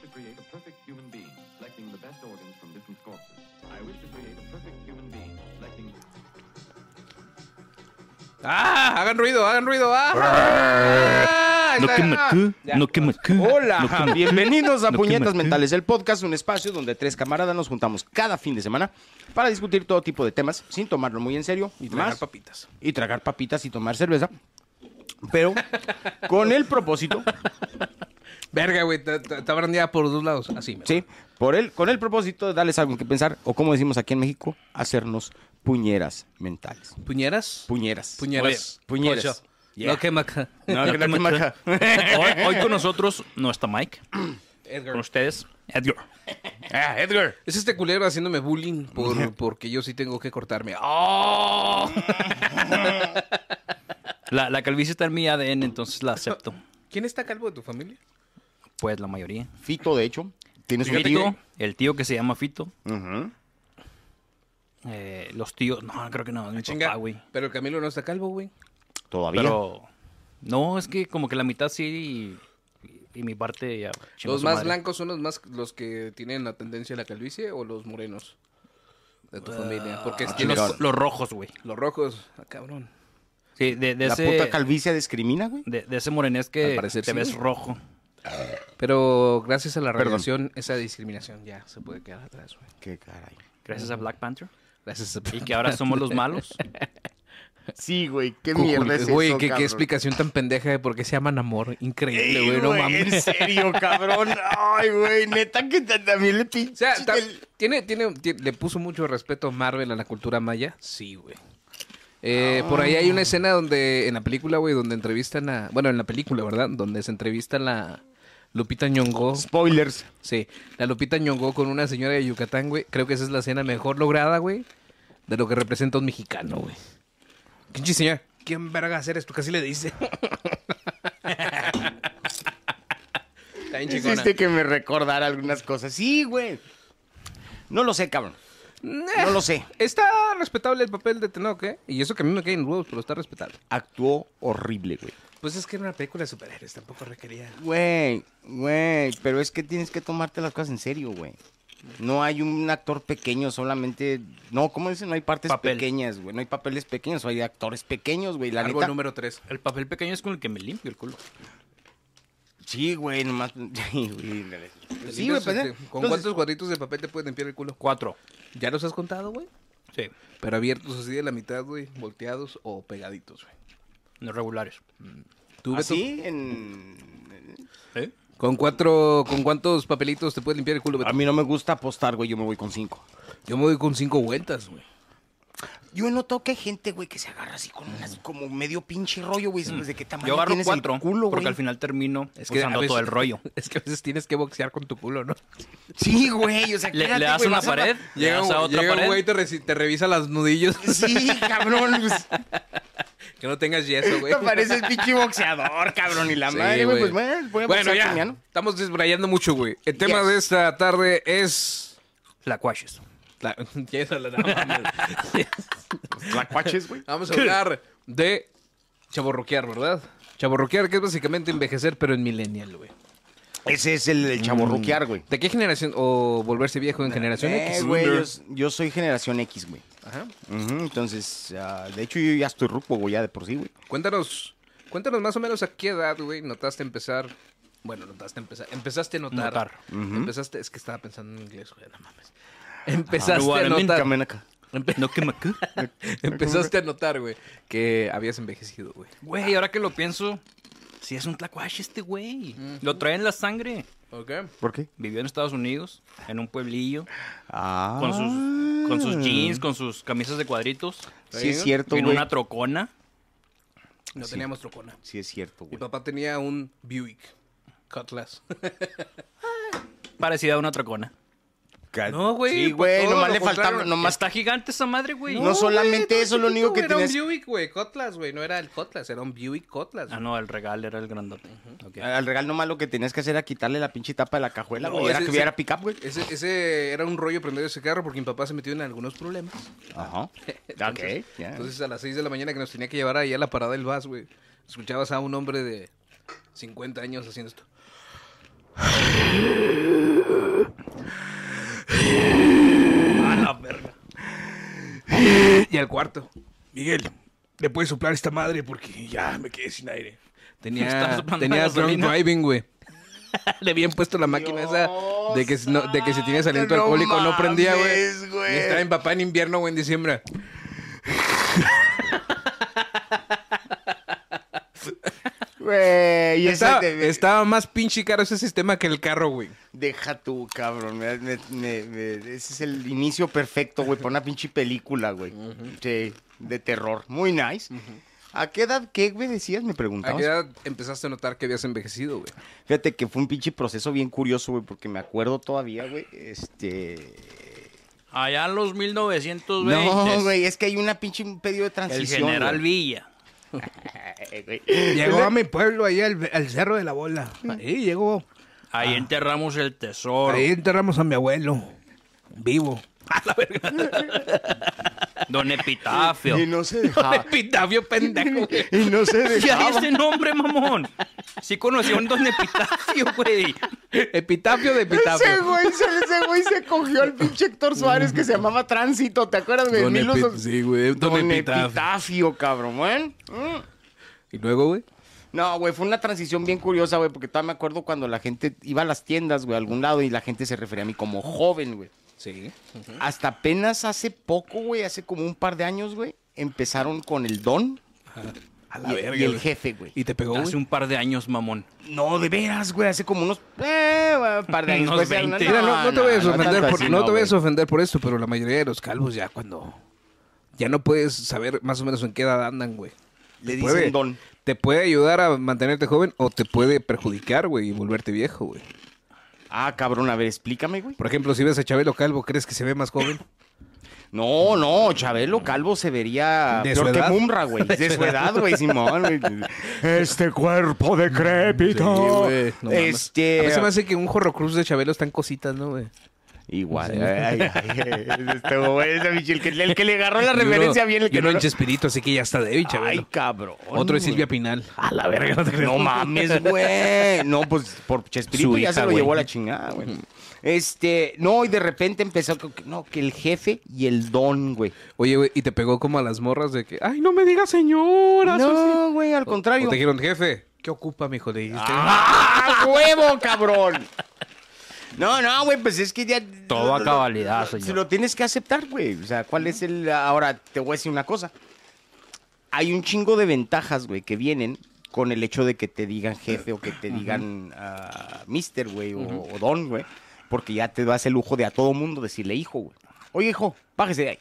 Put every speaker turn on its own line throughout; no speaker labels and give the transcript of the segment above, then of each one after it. to create a perfect human being, selecting the best organs from different corpses. I wish to create a perfect human being, selecting.
¡Ah! ¡Hagan ruido! ¡Hagan ruido! ¡Ah! ¡Ah! Ahí
No
está.
que me
Ah,
cu,
ya.
no que me cu,
Hola,
no que me-
bienvenidos a
no que
Puñetas
me-
Mentales, el podcast, un espacio donde tres camaradas nos juntamos cada fin de semana para discutir todo tipo de temas sin tomarlo muy en serio y
tragar
más-
papitas.
y tragar papitas y tomar cerveza, pero con el propósito,
Verga, güey, te, te, te habrán dado por dos lados. Así. mero.
sí, por el con el propósito de darles algo que pensar o como decimos aquí en México, hacernos puñeras mentales.
¿Puñeras?
Puñeras.
Puñeras.
Oye, puñeras.
Ocho.
Yeah.
No quema acá.
No, que
no que
no
me
quema-
cu. Hoy, hoy con nosotros no está Mike,
Edgar.
con ustedes Edgar. Ah, Edgar.
Es este culero haciéndome bullying por, porque yo sí tengo que cortarme. ¡Ah!
La, la calvicie está en mi ADN, entonces la acepto.
¿Quién está calvo de tu familia?
Pues la mayoría.
Fito, de hecho, tienes un
Fito,
tío.
el tío que se llama Fito.
Ujú.
eh, los tíos, no, creo que no, es mi
Chinga.
papá, güey.
Pero el Camilo no está calvo, güey.
Todavía.
Pero no, es que como que la mitad sí y, y mi parte ya. chingó
¿Los
su
más
madre.
blancos son los más los que tienen la tendencia a la calvicie o los morenos de tu familia? Porque
Ah,
tienes
chingón.
los, los rojos, güey.
los rojos, ah, cabrón.
Sí, de, de
¿La
ese,
puta calvicie discrimina, güey?
de, de ese morenés
Al
que
parecer
te
sí,
ves
güey.
rojo.
Pero gracias a la
Perdón.
radiación, esa discriminación ya se puede quedar atrás, güey.
Qué caray.
Gracias a Black Panther.
Gracias a
Y que ahora somos los malos.
Sí, güey, qué
Cu-
mierda es
Güey,
eso,
qué, qué
cabrón?
explicación tan pendeja de por qué se llaman amor. Increíble,
Ey,
güey, no
güey,
mames.
En serio, cabrón. Ay, güey, neta que ta- también le pinche.
O sea, ta-
el-
tiene, tiene, ti- le puso mucho respeto Marvel a la cultura maya. Sí, güey. Eh, Por ahí hay una escena donde, en la película, güey, donde entrevistan a. Bueno, en la película, ¿verdad? Donde se entrevista la Lupita Nyong'o.
Spoilers.
Sí, la Lupita Nyong'o con una señora de Yucatán, güey. Creo que esa es la escena mejor lograda, güey, de lo que representa un mexicano, güey. Pinche señora, ¿quién verga eres tú? Casi le dice. Está bien chingona.
Hiciste este que me recordara algunas cosas. Sí, güey. No lo sé, cabrón. No lo sé.
Está respetable el papel de Tenoch, ¿eh? Y eso que a mí me caen huevos, pero está respetable.
Actuó horrible, güey.
Pues es que era una película de superhéroes, tampoco requería.
Güey, güey, pero es que tienes que tomarte las cosas en serio, güey. No hay un actor pequeño, solamente. No, ¿cómo dicen? No hay partes
Papel.
pequeñas, güey. No hay papeles pequeños, hay actores pequeños, güey. La
Algo
neta-
número 3.
El papel pequeño es con el que me limpio el culo.
Sí, güey, nomás. Sí, güey. Sí, güey, pues, ¿eh?
este, ¿Con
Entonces,
cuántos cuadritos de papel te puedes limpiar el culo?
Cuatro.
¿Ya los has contado, güey?
Sí,
Pero abiertos así de la mitad, güey, volteados o pegaditos, güey.
no regulares.
¿Tú, Beto?
¿Así? En...
¿Eh?
¿Con cuatro, con cuántos papelitos te puedes limpiar el culo, Beto?
A mí no me gusta apostar, güey, yo me voy con cinco.
Yo me voy con cinco vueltas, güey.
Yo he notado que hay gente, güey, que se agarra así con unas, como medio pinche rollo, güey. ¿De qué tamaño
Mm. Yo agarro
tienes el
cuatro,
culo, güey?
porque al final termino
Es que
usando
a veces-
todo el rollo.
Es que a veces tienes que boxear con tu culo, ¿no?
Sí, güey, o sea,
Le,
espérate,
le das
güey,
una
vas a-
pared, le das a otra
llega un
pared.
güey y te, reci- te revisa las nudillos.
Sí, cabrón, pues,
que no tengas yeso, güey.
te pareces pinche boxeador, cabrón, y la
Sí,
madre, güey, pues
güey.
bueno, voy a
Bueno,
boxear
ya.
mañana.
Estamos desbrayando mucho, güey. El tema
Yes.
de esta tarde es.
La cuaches.
la- Ya esa la- no mames.
Tlacuaches, güey.
Vamos a hablar de chaborroquear, ¿verdad? Chaborroquear, que es básicamente envejecer, pero en millennial, güey.
Ese es el, el chaborruquear, güey.
¿De qué generación? ¿O volverse viejo en generación
Mm. Eh,
X?
güey, yo, yo soy generación X, güey.
Ajá.
Ujú, entonces, ah, de hecho, yo ya estoy rupo, güey, ya de por sí, güey.
Cuéntanos, cuéntanos más o menos a qué edad, güey, notaste empezar. Bueno, notaste empezar. Empezaste a notar.
Notar.
Empezaste. Es que estaba pensando en inglés, güey, no mames. Empezaste
Lugar
a
en Minca,
notar.
Camen acá.
empe-
No que me cu-
Empezaste a notar, güey, que habías envejecido, güey.
Güey, ahora que lo pienso, si es un tlacuache este güey. Lo trae en la sangre.
¿Ok?
¿Por qué?
Vivió en Estados Unidos, en un pueblillo,
Ah.
con sus, con sus jeans, con sus camisas de cuadritos,
Sí es cierto,
en
güey.
una trocona.
No teníamos trocona.
Sí es cierto,
Mi
güey.
papá tenía un Buick Cutlass.
Parecida a una trocona.
Cal-
No, güey.
Sí, güey,
todo
nomás
lo
le faltaba,
contrario.
nomás
Está gigante esa madre, güey.
No, solamente
güey,
eso, lo
chiquito,
único que
güey, Era
tenías-
un Buick, güey, Cutlass, güey. No era el Cutlass, era un Buick Cutlass.
Ah, no, el regal era el grandote. Ok.
al regalo nomás lo que tenías que hacer era quitarle la pinche tapa de la cajuela,
No,
güey. Era
ese-
que hubiera
ese-
pick-up, güey.
Ese, ese era un rollo prender ese carro porque mi papá se metió en algunos problemas.
Ajá.
Entonces-
ok, ya.
Entonces a las 6 de la mañana que nos tenía que llevar ahí a la parada del bus, güey, escuchabas a un hombre de 50 años haciendo esto.
A la verga.
Y al cuarto.
Miguel, le puedes soplar esta madre porque ya me quedé sin aire.
Estaba
Tenía,
soplando
tenía drunk
gasolina.
driving, güey. Le habían puesto la máquina esa de que, si no- de que si tienes aliento
no
alcohólico no prendía,
mames, güey.
güey. Y estaba en papá en invierno o en diciembre.
Güey, y esa
Estaba,
te-
estaba más pinche caro ese sistema que el carro, güey.
Deja tú, cabrón. me- me- me- me- ese es el inicio perfecto, güey, para una pinche película, güey. Sí, de terror. Muy nice. ¿A qué edad qué, güey, decías? Me
¿A
preguntabas.
qué edad empezaste a notar que habías envejecido, güey?
Fíjate que fue un pinche proceso bien curioso, güey, porque me acuerdo todavía, güey. Este.
Allá en los 1920.
No, güey, es que hay una pinche un pedido de
El
transición.
general
güey.
Villa.
Eh, güey.
Llegó a mi pueblo, ahí al, al cerro de la bola.
Mm.
Ahí llegó.
Ah.
Ahí enterramos el tesoro.
Ahí enterramos a mi abuelo. Vivo.
Don Epitafio.
Y no se dejaba.
Pitafio pendejo, güey.
y no se
Ya
dejaba.
este nombre, mamón. Sí conocí a un Don Epitafio, güey.
Epitafio de
Ese
epitafio.
güey, se, ese güey se cogió al pinche Héctor Suárez que se llamaba Tránsito, ¿te acuerdas, güey?
Don
Mil
Epi-
osos-
sí, güey, don Epitafio.
Epitafio, cabrón, güey. Mm.
Y luego, güey.
No, güey, fue una transición bien curiosa, güey, porque todavía me acuerdo cuando la gente iba a las tiendas, güey, a algún lado y la gente se refería a mí como joven, güey.
Sí.
Hasta apenas hace poco, güey, hace como un par de años, güey, empezaron con el don
A
y, y el jefe, güey.
Y te pegó, güey.
Hace un par de años, mamón.
No, de veras, güey, hace como unos eh, güey, par de años.
Unos
güey, pero
20.
Mira, no, no te vayas a
no
ofender,
tanto
por,
así,
no,
no,
te vayas a
güey.
ofender por esto, pero la mayoría de los calvos ya cuando ya no puedes saber más o menos en qué edad andan, güey.
Le
Te
dicen don.
Te puede ayudar a mantenerte joven o te puede perjudicar, güey, y volverte viejo, güey.
Ah, cabrón, a ver, explícame, güey.
Por ejemplo, si ves a Chabelo Calvo, ¿crees que se ve más joven?
No, no, Chabelo Calvo se vería
¿De su
peor que
edad?
Mumra, güey. De su edad, güey, Simón. güey. Este cuerpo
Sí,
decrépito.
güey, no mames. A
este.
mí se me hace que un Horrocruz de Chabelo están cositas, ¿no, güey?
Igual. ay, ay, ay, este güey, ese bicho, el, que, el que le agarró la referencia bien, el
Yo
que
no
no
en
lo-
Chespirito, así que ya está débil, Chabelo.
Ay, cabrón.
Otro es
güey.
Silvia Pinal.
A la verga, no te creas. No mames, güey. No, pues por Chespirito
Su
ya
hija,
se lo
güey.
llevó a la chingada, güey. Este, no, y de repente empezó con que, no, que el jefe y el don, güey.
Oye, güey, y te pegó como a las morras de que, ay, no me digas señoras. o así.
No, güey, al
O
contrario.
te dijeron, jefe, ¿qué ocupa, mijo? Le dijiste.
¡Ah, huevo, cabrón! No, no, güey, pues es que ya...
Todo a cabalidad,
Si
señor.
lo tienes que aceptar, güey. O sea, ¿cuál es el...? Ahora, te voy a decir una cosa. Hay un chingo de ventajas, güey, que vienen con el hecho de que te digan jefe o que te digan ah, mister, güey, o, o don, güey. Porque ya te das el lujo de a todo mundo decirle hijo, güey. Oye, hijo, bájese de ahí.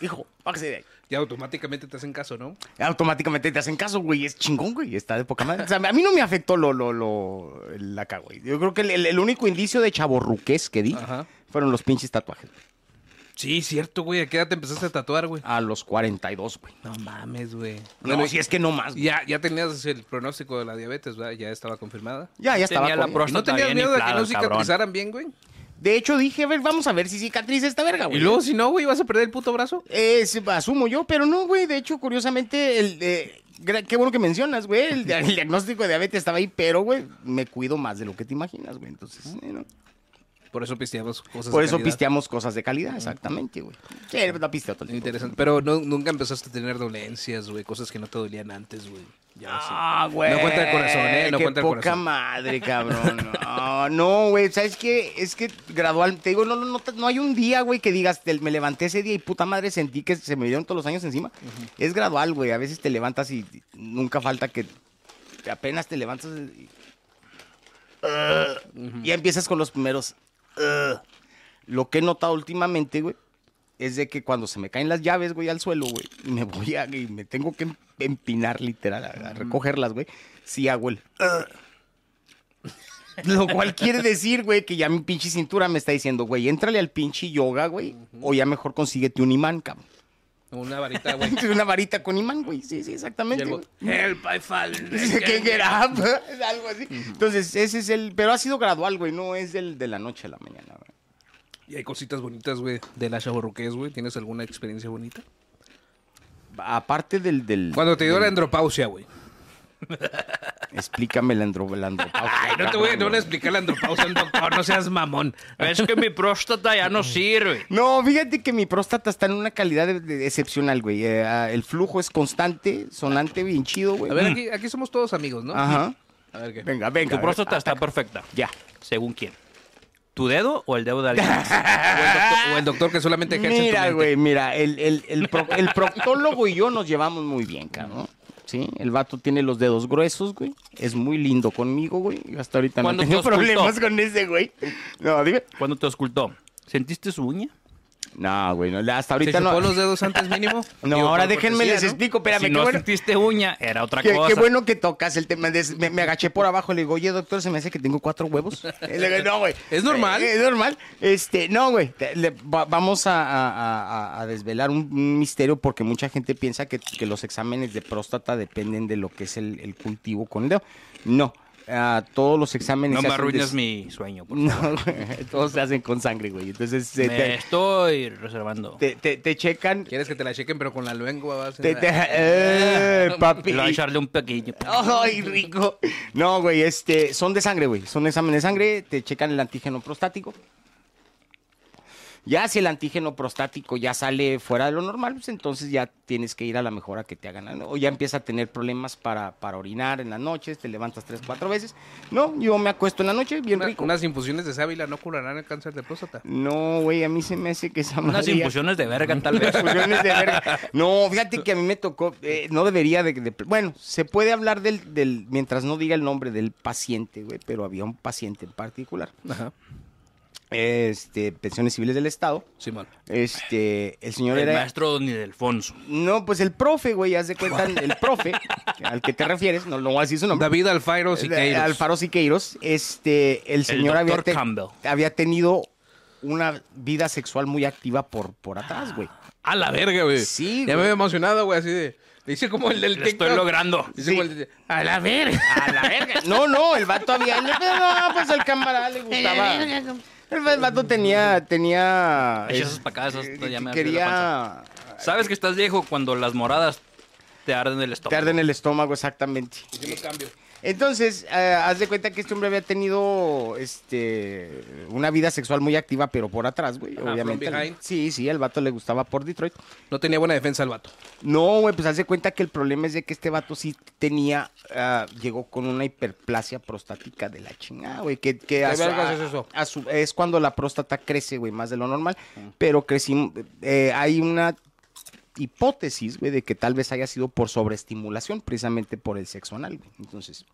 Hijo, bájese de ahí.
Ya automáticamente te hacen caso, ¿no?
Automáticamente te hacen caso, güey. Es chingón, güey. Está de poca madre. O sea, a mí no me afectó lo, lo, lo, la acá, güey. Yo creo que el, el- el único indicio de chaborruqués que di
Ajá.
fueron los pinches tatuajes. güey.
Sí, cierto, güey. ¿A qué edad te empezaste a tatuar, güey?
A los 42, güey.
No mames, güey.
No, si es que no más. güey.
Ya, ya tenías el pronóstico de la diabetes, ¿verdad? Ya estaba confirmada.
Ya, ya estaba.
Tenía la
con-
pro-
¿Y no
Próstata
tenías
bien
miedo de que
inflada,
no
el cabrón.
cicatrizaran bien, güey?
De hecho, dije, a ver, vamos a ver si cicatriz esta verga,
Y
güey.
luego, si no, Ah, güey, vas a perder el puto brazo.
Eh, sí, asumo yo, pero no, güey. De hecho, curiosamente, el de- gra- Qué bueno que mencionas, güey. El, dia- el diagnóstico de diabetes estaba ahí, pero, güey, me cuido más de lo que te imaginas, güey. Entonces, eh, no.
Por eso pisteamos cosas
Por
de
eso
calidad.
pisteamos cosas de calidad, exactamente, güey. Sí, la pistea todo el tiempo.
Interesante. Pero no- nunca empezaste a tener dolencias, güey. Cosas que no te dolían antes, güey. Ya sí.
Ah, güey.
No cuenta el corazón, ¿eh? No
qué
cuenta el
poca
corazón.
madre, cabrón. No, no, güey. ¿Sabes qué? Es que gradual, te digo, no, no, no, te- no hay un día, güey, que digas, te- me levanté ese día y puta madre sentí que se me dieron todos los años encima. Es gradual, güey. A veces te levantas y nunca falta que te- apenas te levantas y ya empiezas con los primeros. "Ugh". Lo que he notado últimamente, güey, es de que cuando se me caen las llaves, güey, al suelo, güey, y me voy a, y me tengo que empinar literal a, a recogerlas, güey, sí hago el... "Ugh". Lo cual quiere decir, güey, que ya mi pinche cintura me está diciendo, güey, éntrale al pinche yoga, güey, o ya mejor consíguete un imán, cabrón.
Una varita, Ah, güey.
Una varita con imán, güey. Sí, sí, exactamente.
Y el
güey.
Help, I fall.
Dice, "Can't get up", Algo así. Entonces, ese es el. Pero ha sido gradual, güey. No es del de la noche a la mañana, güey.
Y hay cositas bonitas, güey, de la chaborruqués, güey. ¿Tienes alguna experiencia bonita?
Aparte del. del
Cuando te dio la andropausia, güey.
Explícame la andro, la andropausia,
Ay, no te voy, a- no
cabrón,
voy a
güey.
explicar la andropausia al doctor, no seas mamón.
Ah.
Es que mi próstata ya no sirve.
No, fíjate que mi próstata está en una calidad de- de- excepcional, güey. Eh, ah, el flujo es constante, sonante, bien chido, güey. Mm.
A ver, aquí, aquí somos todos amigos, ¿no?
Ajá.
A ver qué.
Venga, venga.
Tu
a ver.
próstata está perfecta.
Ya.
¿Según quién? ¿Tu dedo o el dedo de alguien más?
O el doctor que solamente ejerce en tu
Mira,
mente.
güey, mira, el, el- el pro- el proctólogo y yo nos llevamos muy bien, cabrón. Sí, el vato tiene los dedos gruesos, güey. Es muy lindo conmigo, güey. Yo hasta ahorita no
¿Cuándo te
tengo
auscultó?
problemas con ese, güey. No, dime.
Cuando te auscultó, ¿sentiste su uña?
No, güey, no, hasta
¿Se
ahorita
chupó
no.
los dedos antes mínimo?
No,
Digo,
ahora
por
déjenme
cortesía,
les
¿no?
explico, espérame,
si
qué
no
bueno.
sentiste uña, era otra
Qué,
cosa.
qué bueno que tocas el tema. des- Me, me agaché por abajo, le digo, oye, doctor, se me hace que tengo cuatro huevos. Y le digo, no, güey.
¿Es normal?
Eh, Es normal. Este, no, güey. te- le- va- vamos a, a- a- a desvelar un, un misterio porque mucha gente piensa que, que los exámenes de próstata dependen de lo que es el, el cultivo con el dedo. No. ah, todos los exámenes.
No
se
me
hacen
arruines
des-
mi sueño. por
No, güey, todos se hacen con sangre, güey. Entonces, eh,
favor. Me estoy reservando.
te, te, te- te checan.
¿Quieres que te la chequen pero con la Ah, lengua? vas a-
te- te- eh, papi.
Y voy a echarle un pequeño.
¡Ay, rico! No, güey, este, son de sangre, güey. Son examen de sangre, te checan el antígeno prostático. Ya si el antígeno prostático ya sale fuera de lo normal, pues entonces ya tienes que ir a la mejora que te hagan. algo. O ya empieza a tener problemas para, para orinar en las noches, te levantas tres, cuatro veces. No, yo me acuesto en la noche, bien
Una-
rico.
unas infusiones de sábila no curarán el cáncer de próstata.
No, güey, a mí se me hace que esa
Unas
madre ya-
infusiones de verga, tal vez.
Expulsiones de verga. No, fíjate que a mí me tocó, eh, no debería de, de- Bueno, se puede hablar del, del, mientras no diga el nombre del paciente, güey, pero había un paciente en particular.
Ajá.
Este, pensiones civiles del Estado.
Simón.
Este, el señor
El
era...
maestro Don Ildefonso.
No, pues el profe, güey, haz de cuenta, el profe al que te refieres, no, no voy a decir su nombre.
David Alfairo Siqueiros.
Alfaro Siqueiros, este, el señor había,
doctor
te-
Campbell.
había tenido una vida sexual muy activa por, por atrás, güey.
A la verga, güey.
Sí,
Ya
güey.
me había emocionado, güey, así de... Le hice como el del
Lo estoy
TikTok.
logrando.
Hice
Sí.
como el de- A la verga.
A la verga. No, no, el vato había. No, pues al cámara le gustaba. El vato tenía. tenía
Echa esas pacadas, esas-
eh,
ya me abrió la
Quería.
Sabes que estás viejo cuando las moradas te arden el
Te
estómago.
arde en el estómago, exactamente. Entonces, eh, haz de cuenta que este hombre había tenido este una vida sexual muy activa, pero por atrás, güey,
from
obviamente.
behind.
Sí, sí, al vato le gustaba por Detroit.
No tenía buena defensa el vato.
No, güey, pues haz de cuenta que el problema es de que este vato sí tenía, ah, llegó con una hiperplasia prostática de la chingada, güey, que, que a su-
vergas
a-
es eso?
a su- es cuando la próstata crece, güey, más de lo normal, pero crecimos, hay una hipótesis, güey, de que tal vez haya sido por sobreestimulación, precisamente por el sexo anal, güey, entonces...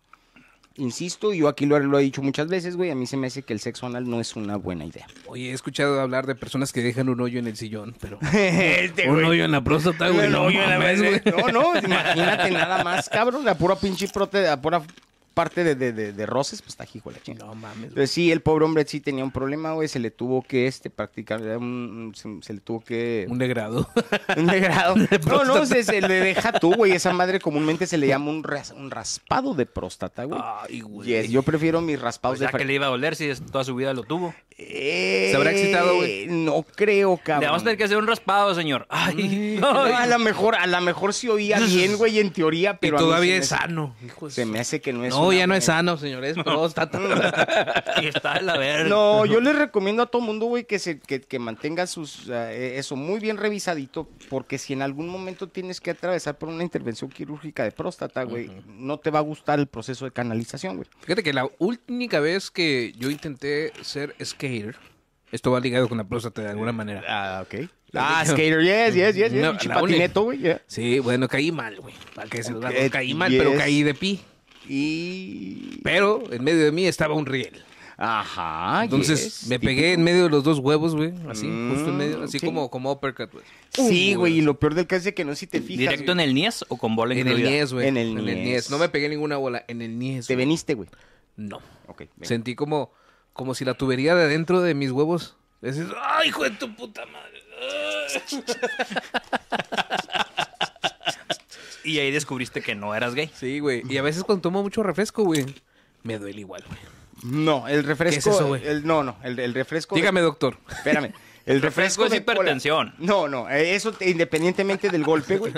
Insisto, yo aquí lo, lo he dicho muchas veces, güey, a mí se me hace que el sexo anal no es una buena idea.
Oye, he escuchado hablar de personas que dejan un hoyo en el sillón, pero...
Este,
un hoyo en la próstata, güey.
No,
No,
yo la
mames,
verdad,
güey.
no, no, imagínate nada más, cabrón. La pura pinche prote, la pura parte de, de, de- de roces, pues está hijo de la chingada.
No mames. güey.
Entonces sí, el pobre hombre sí tenía un problema, güey. Se le tuvo que este, practicar, eh, un- un- se, se le tuvo que...
Un degrado.
Un degrado. No, no, se, se le deja tú, güey. Esa madre comúnmente se le llama un, ras- un raspado de próstata, güey.
Ay, Ah, güey. Pues
Yes, yo prefiero mis
O
raspados
sea
de...
Pues que le iba a doler si es- toda su vida lo tuvo.
Eh,
¿Se habrá excitado, güey?
No creo, cabrón.
Le vamos a tener que hacer un raspado, señor. Ay,
No,
ay.
a lo mejor, a lo mejor sí oía bien, güey, en teoría,
Y
pero a mí
todavía
se me
es
hace-
sano. hijo de
Se
su-
me hace que no es.
No,
una
ya no
buena-
es sano, señores. Próstata.
Y está de la verga.
No, yo les recomiendo a todo mundo, güey, que, se, que, que mantenga sus, ah, eh, eso muy bien revisadito, porque si en algún momento tienes que atravesar por una intervención quirúrgica de próstata, güey, no te va a gustar el proceso de canalización, güey.
Fíjate que la única vez que yo intenté ser skater, esto va ligado con la próstata de alguna manera.
Ah, ok. Ah, skater, yes, yes, yes, yes.
No,
pinche
la única-
patineto, güey, yeah.
Sí, bueno, caí mal, güey. Para que se los haga,
Ok,
caí mal,
yes.
pero caí de pi.
Y.
Pero en medio de mí estaba un riel.
Ajá,
Entonces
yes.
me pegué en medio de los dos huevos, güey. Así,
Mm,
justo en medio. Así
sí.
como, como uppercut, güey.
Sí, güey, y lo peor del caso es de que no si te fijas.
¿Directo en el niés o con bola
En el
incluida?
niés, güey.
En el
En el
niés.
niés. No me pegué ninguna bola. En el niés.
Te
güey.
veniste, güey.
No.
Ok, venga.
Sentí como, como si la tubería de adentro de mis huevos. es decir, ¡Ay, hijo de tu puta madre!
Y ahí descubriste que no eras gay.
Sí, güey. Y a veces cuando tomo mucho refresco, güey, me duele igual, güey.
No, el refresco.
eso, güey?
el- no, no, el, el refresco. de-
Dígame, doctor.
Espérame. El refresco,
Refresco es
de cola-
hipertensión.
No, no, eh, eso te- independientemente del golpe, güey.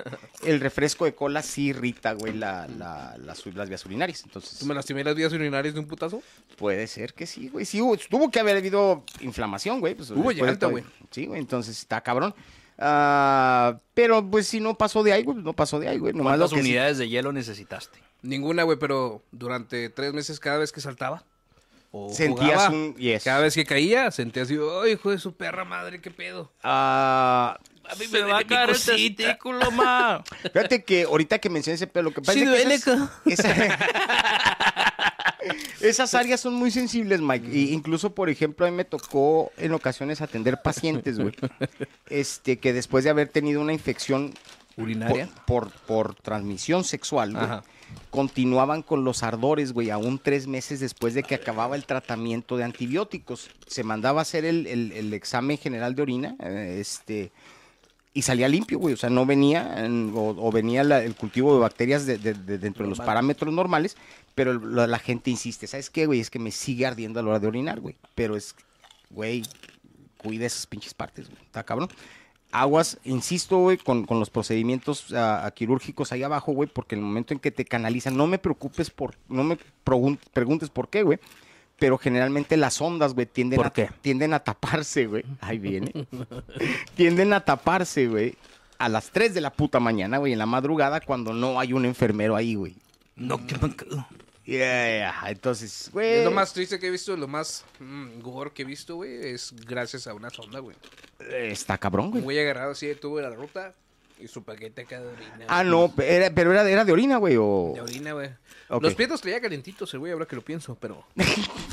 El refresco de cola sí irrita, güey, la, la- las- las vías urinarias. Entonces,
¿Tú me lastimé las vías urinarias de un putazo?
puede ser que sí, güey. Sí, hubo- tuvo que haber habido inflamación, güey. pues,
Hubo
después de
llanta,
todo-
güey.
Sí, güey, entonces está cabrón. Ah, pero pues si no pasó de ahí, güey, no pasó de ahí, güey. Nomás lo
¿Cuántas
que sí-
unidades de hielo necesitaste?
Ninguna, güey, pero durante tres meses cada vez que saltaba. O
Sentías
jugaba,
un- yes.
Cada vez que caía, sentía así, ¡ay, hijo de su perra madre, qué pedo!
Ah,
A mí me va a caer el testículo, ma.
Fíjate que ahorita que mencioné ese pelo, lo que pasa
Sí,
es que
duele,
esas, esa- esas áreas son muy sensibles, Mike. Y incluso, por ejemplo, a mí me tocó en ocasiones atender pacientes, güey. Este, que después de haber tenido una infección por,
Urinaria.
por, por transmisión sexual, güey,
Ajá.
continuaban con los ardores, güey, aún tres meses después de que acababa el tratamiento de antibióticos. Se mandaba a hacer el, el- el examen general de orina, eh, este, y salía limpio, güey. O sea, no venía, en- o, o venía la- el cultivo de bacterias de, de- de dentro de los parámetros normales, pero la, la gente insiste, ¿sabes qué, güey? Es que me sigue ardiendo a la hora de orinar, güey. Pero es, güey, cuida esas pinches partes, güey. Está cabrón. Aguas, insisto, güey, con, con los procedimientos ah, quirúrgicos ahí abajo, güey, porque el momento en que te canalizan, no me preocupes por, no me pregun- preguntes por qué, güey, pero generalmente las ondas, güey, tienden,
¿Por
a-
qué?
tienden a taparse, güey. Ahí viene. tienden a taparse, güey, a las 3 de la puta mañana, güey, en la madrugada, cuando no hay un enfermero ahí, güey.
No, qué mancado.
Yeah, yeah. Entonces, güey.
Es lo más triste que he visto, lo más mm, gore que he visto, güey, es gracias a una sonda, güey.
eh, Está cabrón,
Un
güey.
güey agarrado así de tubo de la ruta y su paquete acá de orina.
Ah, no, era- pero era, era de orina, güey, o...
De orina, güey.
Ok.
Los pies los traía calentitos el güey, ahora que lo pienso, pero...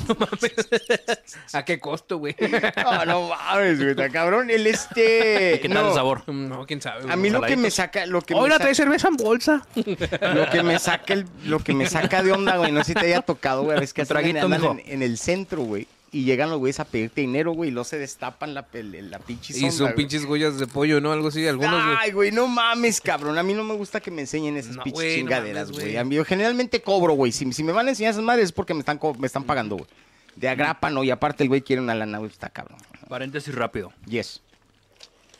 no mames. ¿A qué costo, güey?
No, Ah, no mames, güey, está cabrón. El este.
¿Y qué tal
no,
el sabor?
no, quién sabe,
A
güey.
mí lo que
Saladitos.
me saca, lo que,
Hola,
me
trae
saca,
cerveza en bolsa.
lo que me saca, el- lo que me saca de onda, güey, no sé si te haya tocado, güey, es que
Un
hacen-
traguito,
andan
mijo.
en, en el centro, güey, y llegan los güeyes a pedirte dinero, güey, y luego se destapan la, pel- la pinche sonda,
Y son
güey.
pinches goyas de pollo, ¿no? Algo así, algunos, güey.
Ay, güey, no mames, cabrón. A mí no me gusta que me enseñen esas
No,
pinches
güey, no
chingaderas,
mames,
güey.
güey.
A mí yo generalmente cobro, güey. Si, si me van a enseñar esas madres es porque me están, co- me
Mm.
están pagando, güey. De agrapa, no. Y aparte el güey quiere una lana, güey. pues Está cabrón.
Paréntesis rápido.
Yes.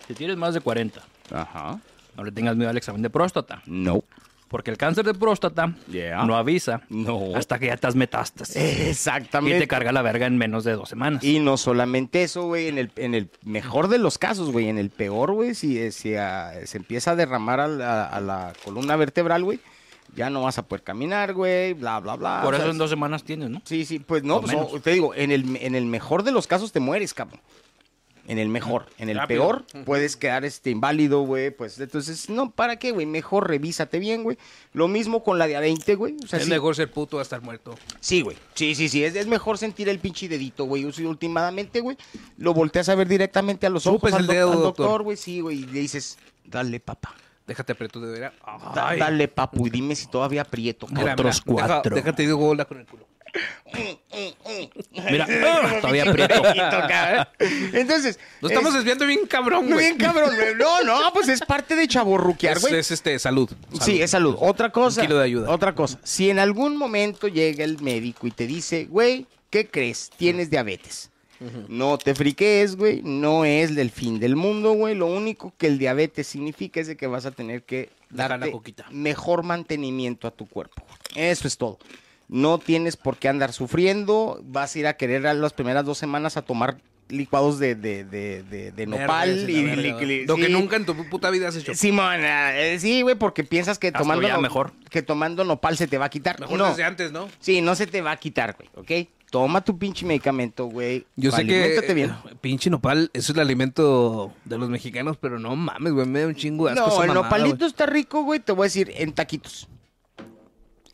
Si tienes más de 40,
Ajá.
no le tengas miedo al examen de próstata.
No.
Porque el cáncer de próstata
Yeah.
no avisa
No.
hasta que ya estás metástasis.
Exactamente.
Y te carga la verga en menos de dos semanas.
Y no solamente eso, güey, en el, en el mejor de los casos, güey, en el peor, güey, si, eh, si, ah, se empieza a derramar a la, a la columna vertebral, güey, ya no vas a poder caminar, güey, bla, bla, bla.
Por
O
eso
sea,
en dos semanas tienes, ¿no?
Sí, sí, pues no,
O
pues,
menos.
o- te digo, en el, en el mejor de los casos te mueres, cabrón. En el mejor, en el peor, puedes quedar este inválido, güey. Pues entonces, no, ¿para qué, güey? Mejor revísate bien, güey. Lo mismo con la de a 20, güey. O sea,
Es
sí,
mejor ser puto a estar muerto.
Sí, güey. Sí, sí, sí. Es, es mejor sentir el pinche dedito, güey. Yo sí, últimamente, güey, lo volteas a ver directamente a los ojos
Chupes
al,
el
doc-
dedo,
al doctor,
doctor.
güey. Sí, güey. Y le dices, dale, papá.
Déjate aprieto de vera.
Da- dale, papu. Y dime si todavía aprieto. cabrón.
Mira,
Otros
mira, deja-
cuatro.
déjate digo hola con el culo.
Mira, todavía aprieto.
Entonces.
Nos estamos
es-
desviando bien cabrón, güey.
bien, cabrón. güey. No, no, pues es parte de chaborruquear,
Es,
güey.
es, este, salud.
Sí, es salud. Otra cosa.
Un kilo de ayuda.
Otra cosa. Si en algún momento llega el médico y te dice, güey, ¿qué crees? Tienes diabetes. No te friques, güey. No es del fin del mundo, güey. Lo único que el diabetes significa es de que vas a tener que
Dejar la
darte
coquita.
mejor mantenimiento a tu cuerpo. Eso es todo. No tienes por qué andar sufriendo. Vas a ir a querer a las primeras dos semanas a tomar licuados de, de, de, de- de
Verga,
nopal
sí,
y
la verga,
li- li-
Lo que
sí.
nunca en tu puta vida has hecho.
Simón, ah, eh, sí, güey, porque piensas que
Hazlo
tomando,
ya mejor.
que tomando nopal se te va a quitar.
Mejor
no.
desde antes, ¿no?
Sí, no se te va a quitar, güey, ¿ok? Toma tu pinche medicamento, güey.
Yo sé que
Aliméntate bien.
eh, pinche nopal es el alimento de los mexicanos, pero no mames, güey, me da un chingo de asco
No,
esa
el
mamada,
nopalito
güey.
está rico, güey, te voy a decir, en taquitos.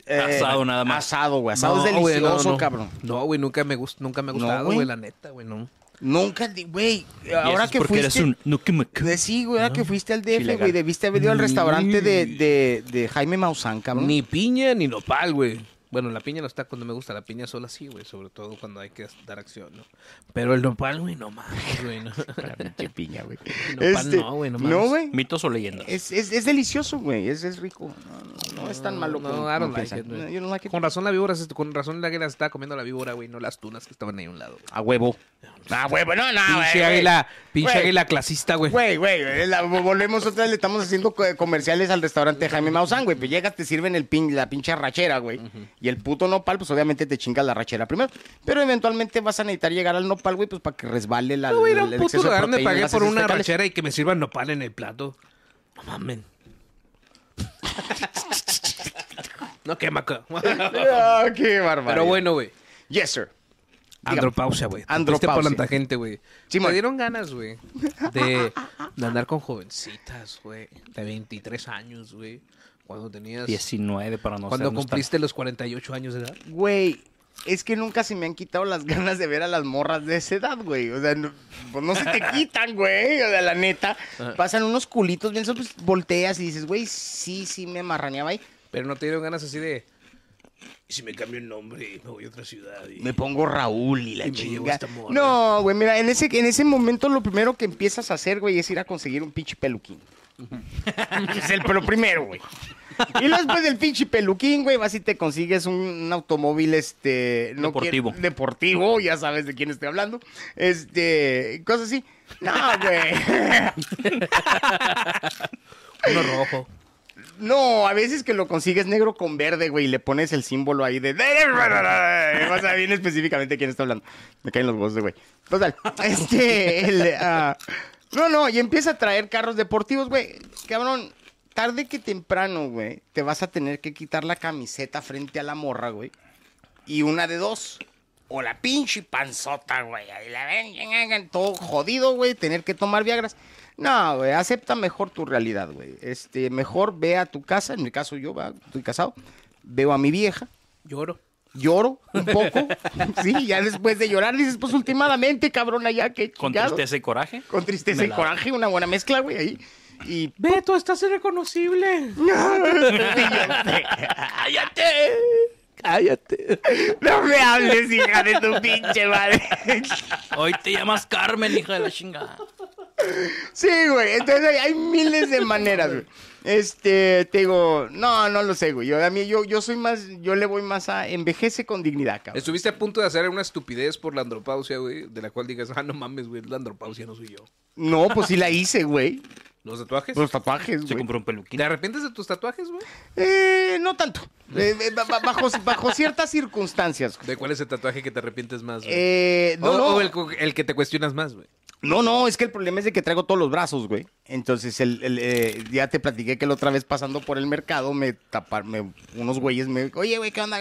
Eh,
Asado nada más.
Asado, güey. Asado es
No, güey,
delicioso,
no, no.
cabrón.
No, güey, nunca me gusta, nunca me ha
No,
gustado,
güey.
güey, la neta, güey, no.
Nunca, di- güey,
Y eso
ahora
es
que
porque
fuiste...
eres un nukemuc.
de- sí, güey,
Ah.
ahora que fuiste al DF, güey,
Chilegal.
Mm.
debiste haber ido al restaurante de, de- de Jaime Maussan, cabrón.
Ni piña ni nopal, güey. Bueno, la piña en los tacos no me gusta, la piña sola sí, güey, sobre todo cuando hay que dar acción, ¿no? Pero el nopal, güey, no mames, güey, no.
La pinche piña, güey.
Nopal no, güey, Este, no mames.
Este, No, güey.
¿Mitos o leyendas?
Es, es, es delicioso, güey. Es, es rico. No, no, no es tan malo
No,
como,
I don't
como
like
piensan.
it, güey.
No, you don't like it.
Con razón la víbora, se- con razón la águila se estaba comiendo la víbora, güey, no las tunas que estaban ahí a un lado.
A huevo. A huevo. No, no, güey.
Pinche
güey.
águila, pinche
Güey.
águila clasista, Ah, güey.
Güey, güey, eh, la- volvemos otra vez, le estamos haciendo co- comerciales al restaurante de Jaime Maussan, güey. Pues llegas, te sirven el pin, la pinche arrachera, güey. Y el puto nopal, pues obviamente te chingas la arrachera primero. Pero eventualmente vas a necesitar llegar al nopal, güey, pues para que resbale la.
No, güey,
el-
era un
el
puto
exceso de
lugar donde
proteína,
pagué
las
por
heces
una
fecales.
ranchera y que me sirvan nopal en el plato. No mamen. No quema, co-
Ah, qué bárbaro.
Pero bueno, güey.
Yes, sir. Dígame.
Andropausia, güey. Te
Andropausia.
fuiste por la tangente, güey.
Simón.
Me dieron ganas, güey, de, de andar con jovencitas, güey. De 23 años, güey. Cuando tenías...
19 para no
cuando
ser
cumpliste los 48 años de edad.
Güey, es que nunca se me han quitado las ganas de ver a las morras de esa edad, güey. O sea, no, pues no se te quitan, güey. O sea, la neta. Pasan unos culitos bien, pues volteas y dices, güey, sí, sí, me marraneaba ahí.
Pero no te dieron ganas así de... ¿Y si me cambio el nombre y me voy a otra ciudad? y-
Me pongo Raúl y la
Y me llevo
chinga.
esta morra.
No, güey, mira, en ese, en ese momento lo primero que empiezas a hacer, güey, es ir a conseguir un pinche peluquín. es el pero primero, güey. Y luego después del pinche peluquín, güey, vas y te consigues un, un automóvil, este... no
Deportivo.
quiero- deportivo, ya sabes de quién estoy hablando. Este, cosas así. No, güey.
Uno rojo.
No, a veces que lo consigues negro con verde, güey, y le pones el símbolo ahí de... O sea, bien específicamente quién está hablando. Me caen los huevos de güey. Total, este... el, ah, no, no, y empieza a traer carros deportivos, güey. Cabrón, tarde que temprano, güey, te vas a tener que quitar la camiseta frente a la morra, güey. Y una de dos. O la pinche panzota, güey. Ahí la ven, yen, yen, yen, todo jodido, güey. Tener que tomar Viagras. No, güey. Acepta mejor tu realidad, güey. Este, mejor ve a tu casa. En mi caso, yo va, estoy casado. Veo a mi vieja.
Lloro.
Lloro un poco. sí, ya después de llorar, dices, pues últimamente, cabrona, ya que.
Con tristeza y coraje.
Con tristeza
Me
y
la-
coraje, una buena mezcla, güey, ahí. Y
Beto, estás irreconocible.
¡Cállate! ¡Cállate! ¡No me hables, hija de tu pinche madre!
Hoy te llamas Carmen, hija de la chingada.
Sí, güey. Entonces hay, hay miles de maneras, güey. Este, te digo, no, no lo sé, güey. Yo, a mí, yo, yo soy más, yo le voy más a envejece con dignidad, cabrón.
Estuviste a punto de hacer una estupidez por la andropausia, güey, de la cual digas, ah, no mames, güey, la andropausia no soy yo.
No, pues sí la hice, güey.
¿Los tatuajes?
Los tatuajes,
Se
güey.
compró un peluquín.
¿Te arrepientes de tus tatuajes, güey?
Eh, no tanto. Eh, eh, ba- ba- bajo, bajo ciertas circunstancias, güey.
¿De cuál es el tatuaje que te arrepientes más, güey?
Eh, no,
o,
no.
o el, cu- el que te cuestionas más, güey.
No, no, es que el problema es de que traigo todos los brazos, güey. Entonces, el, el, eh, ya te platiqué que la otra vez pasando por el mercado, me tapar, me- unos güeyes me, oye, güey, ¿qué onda?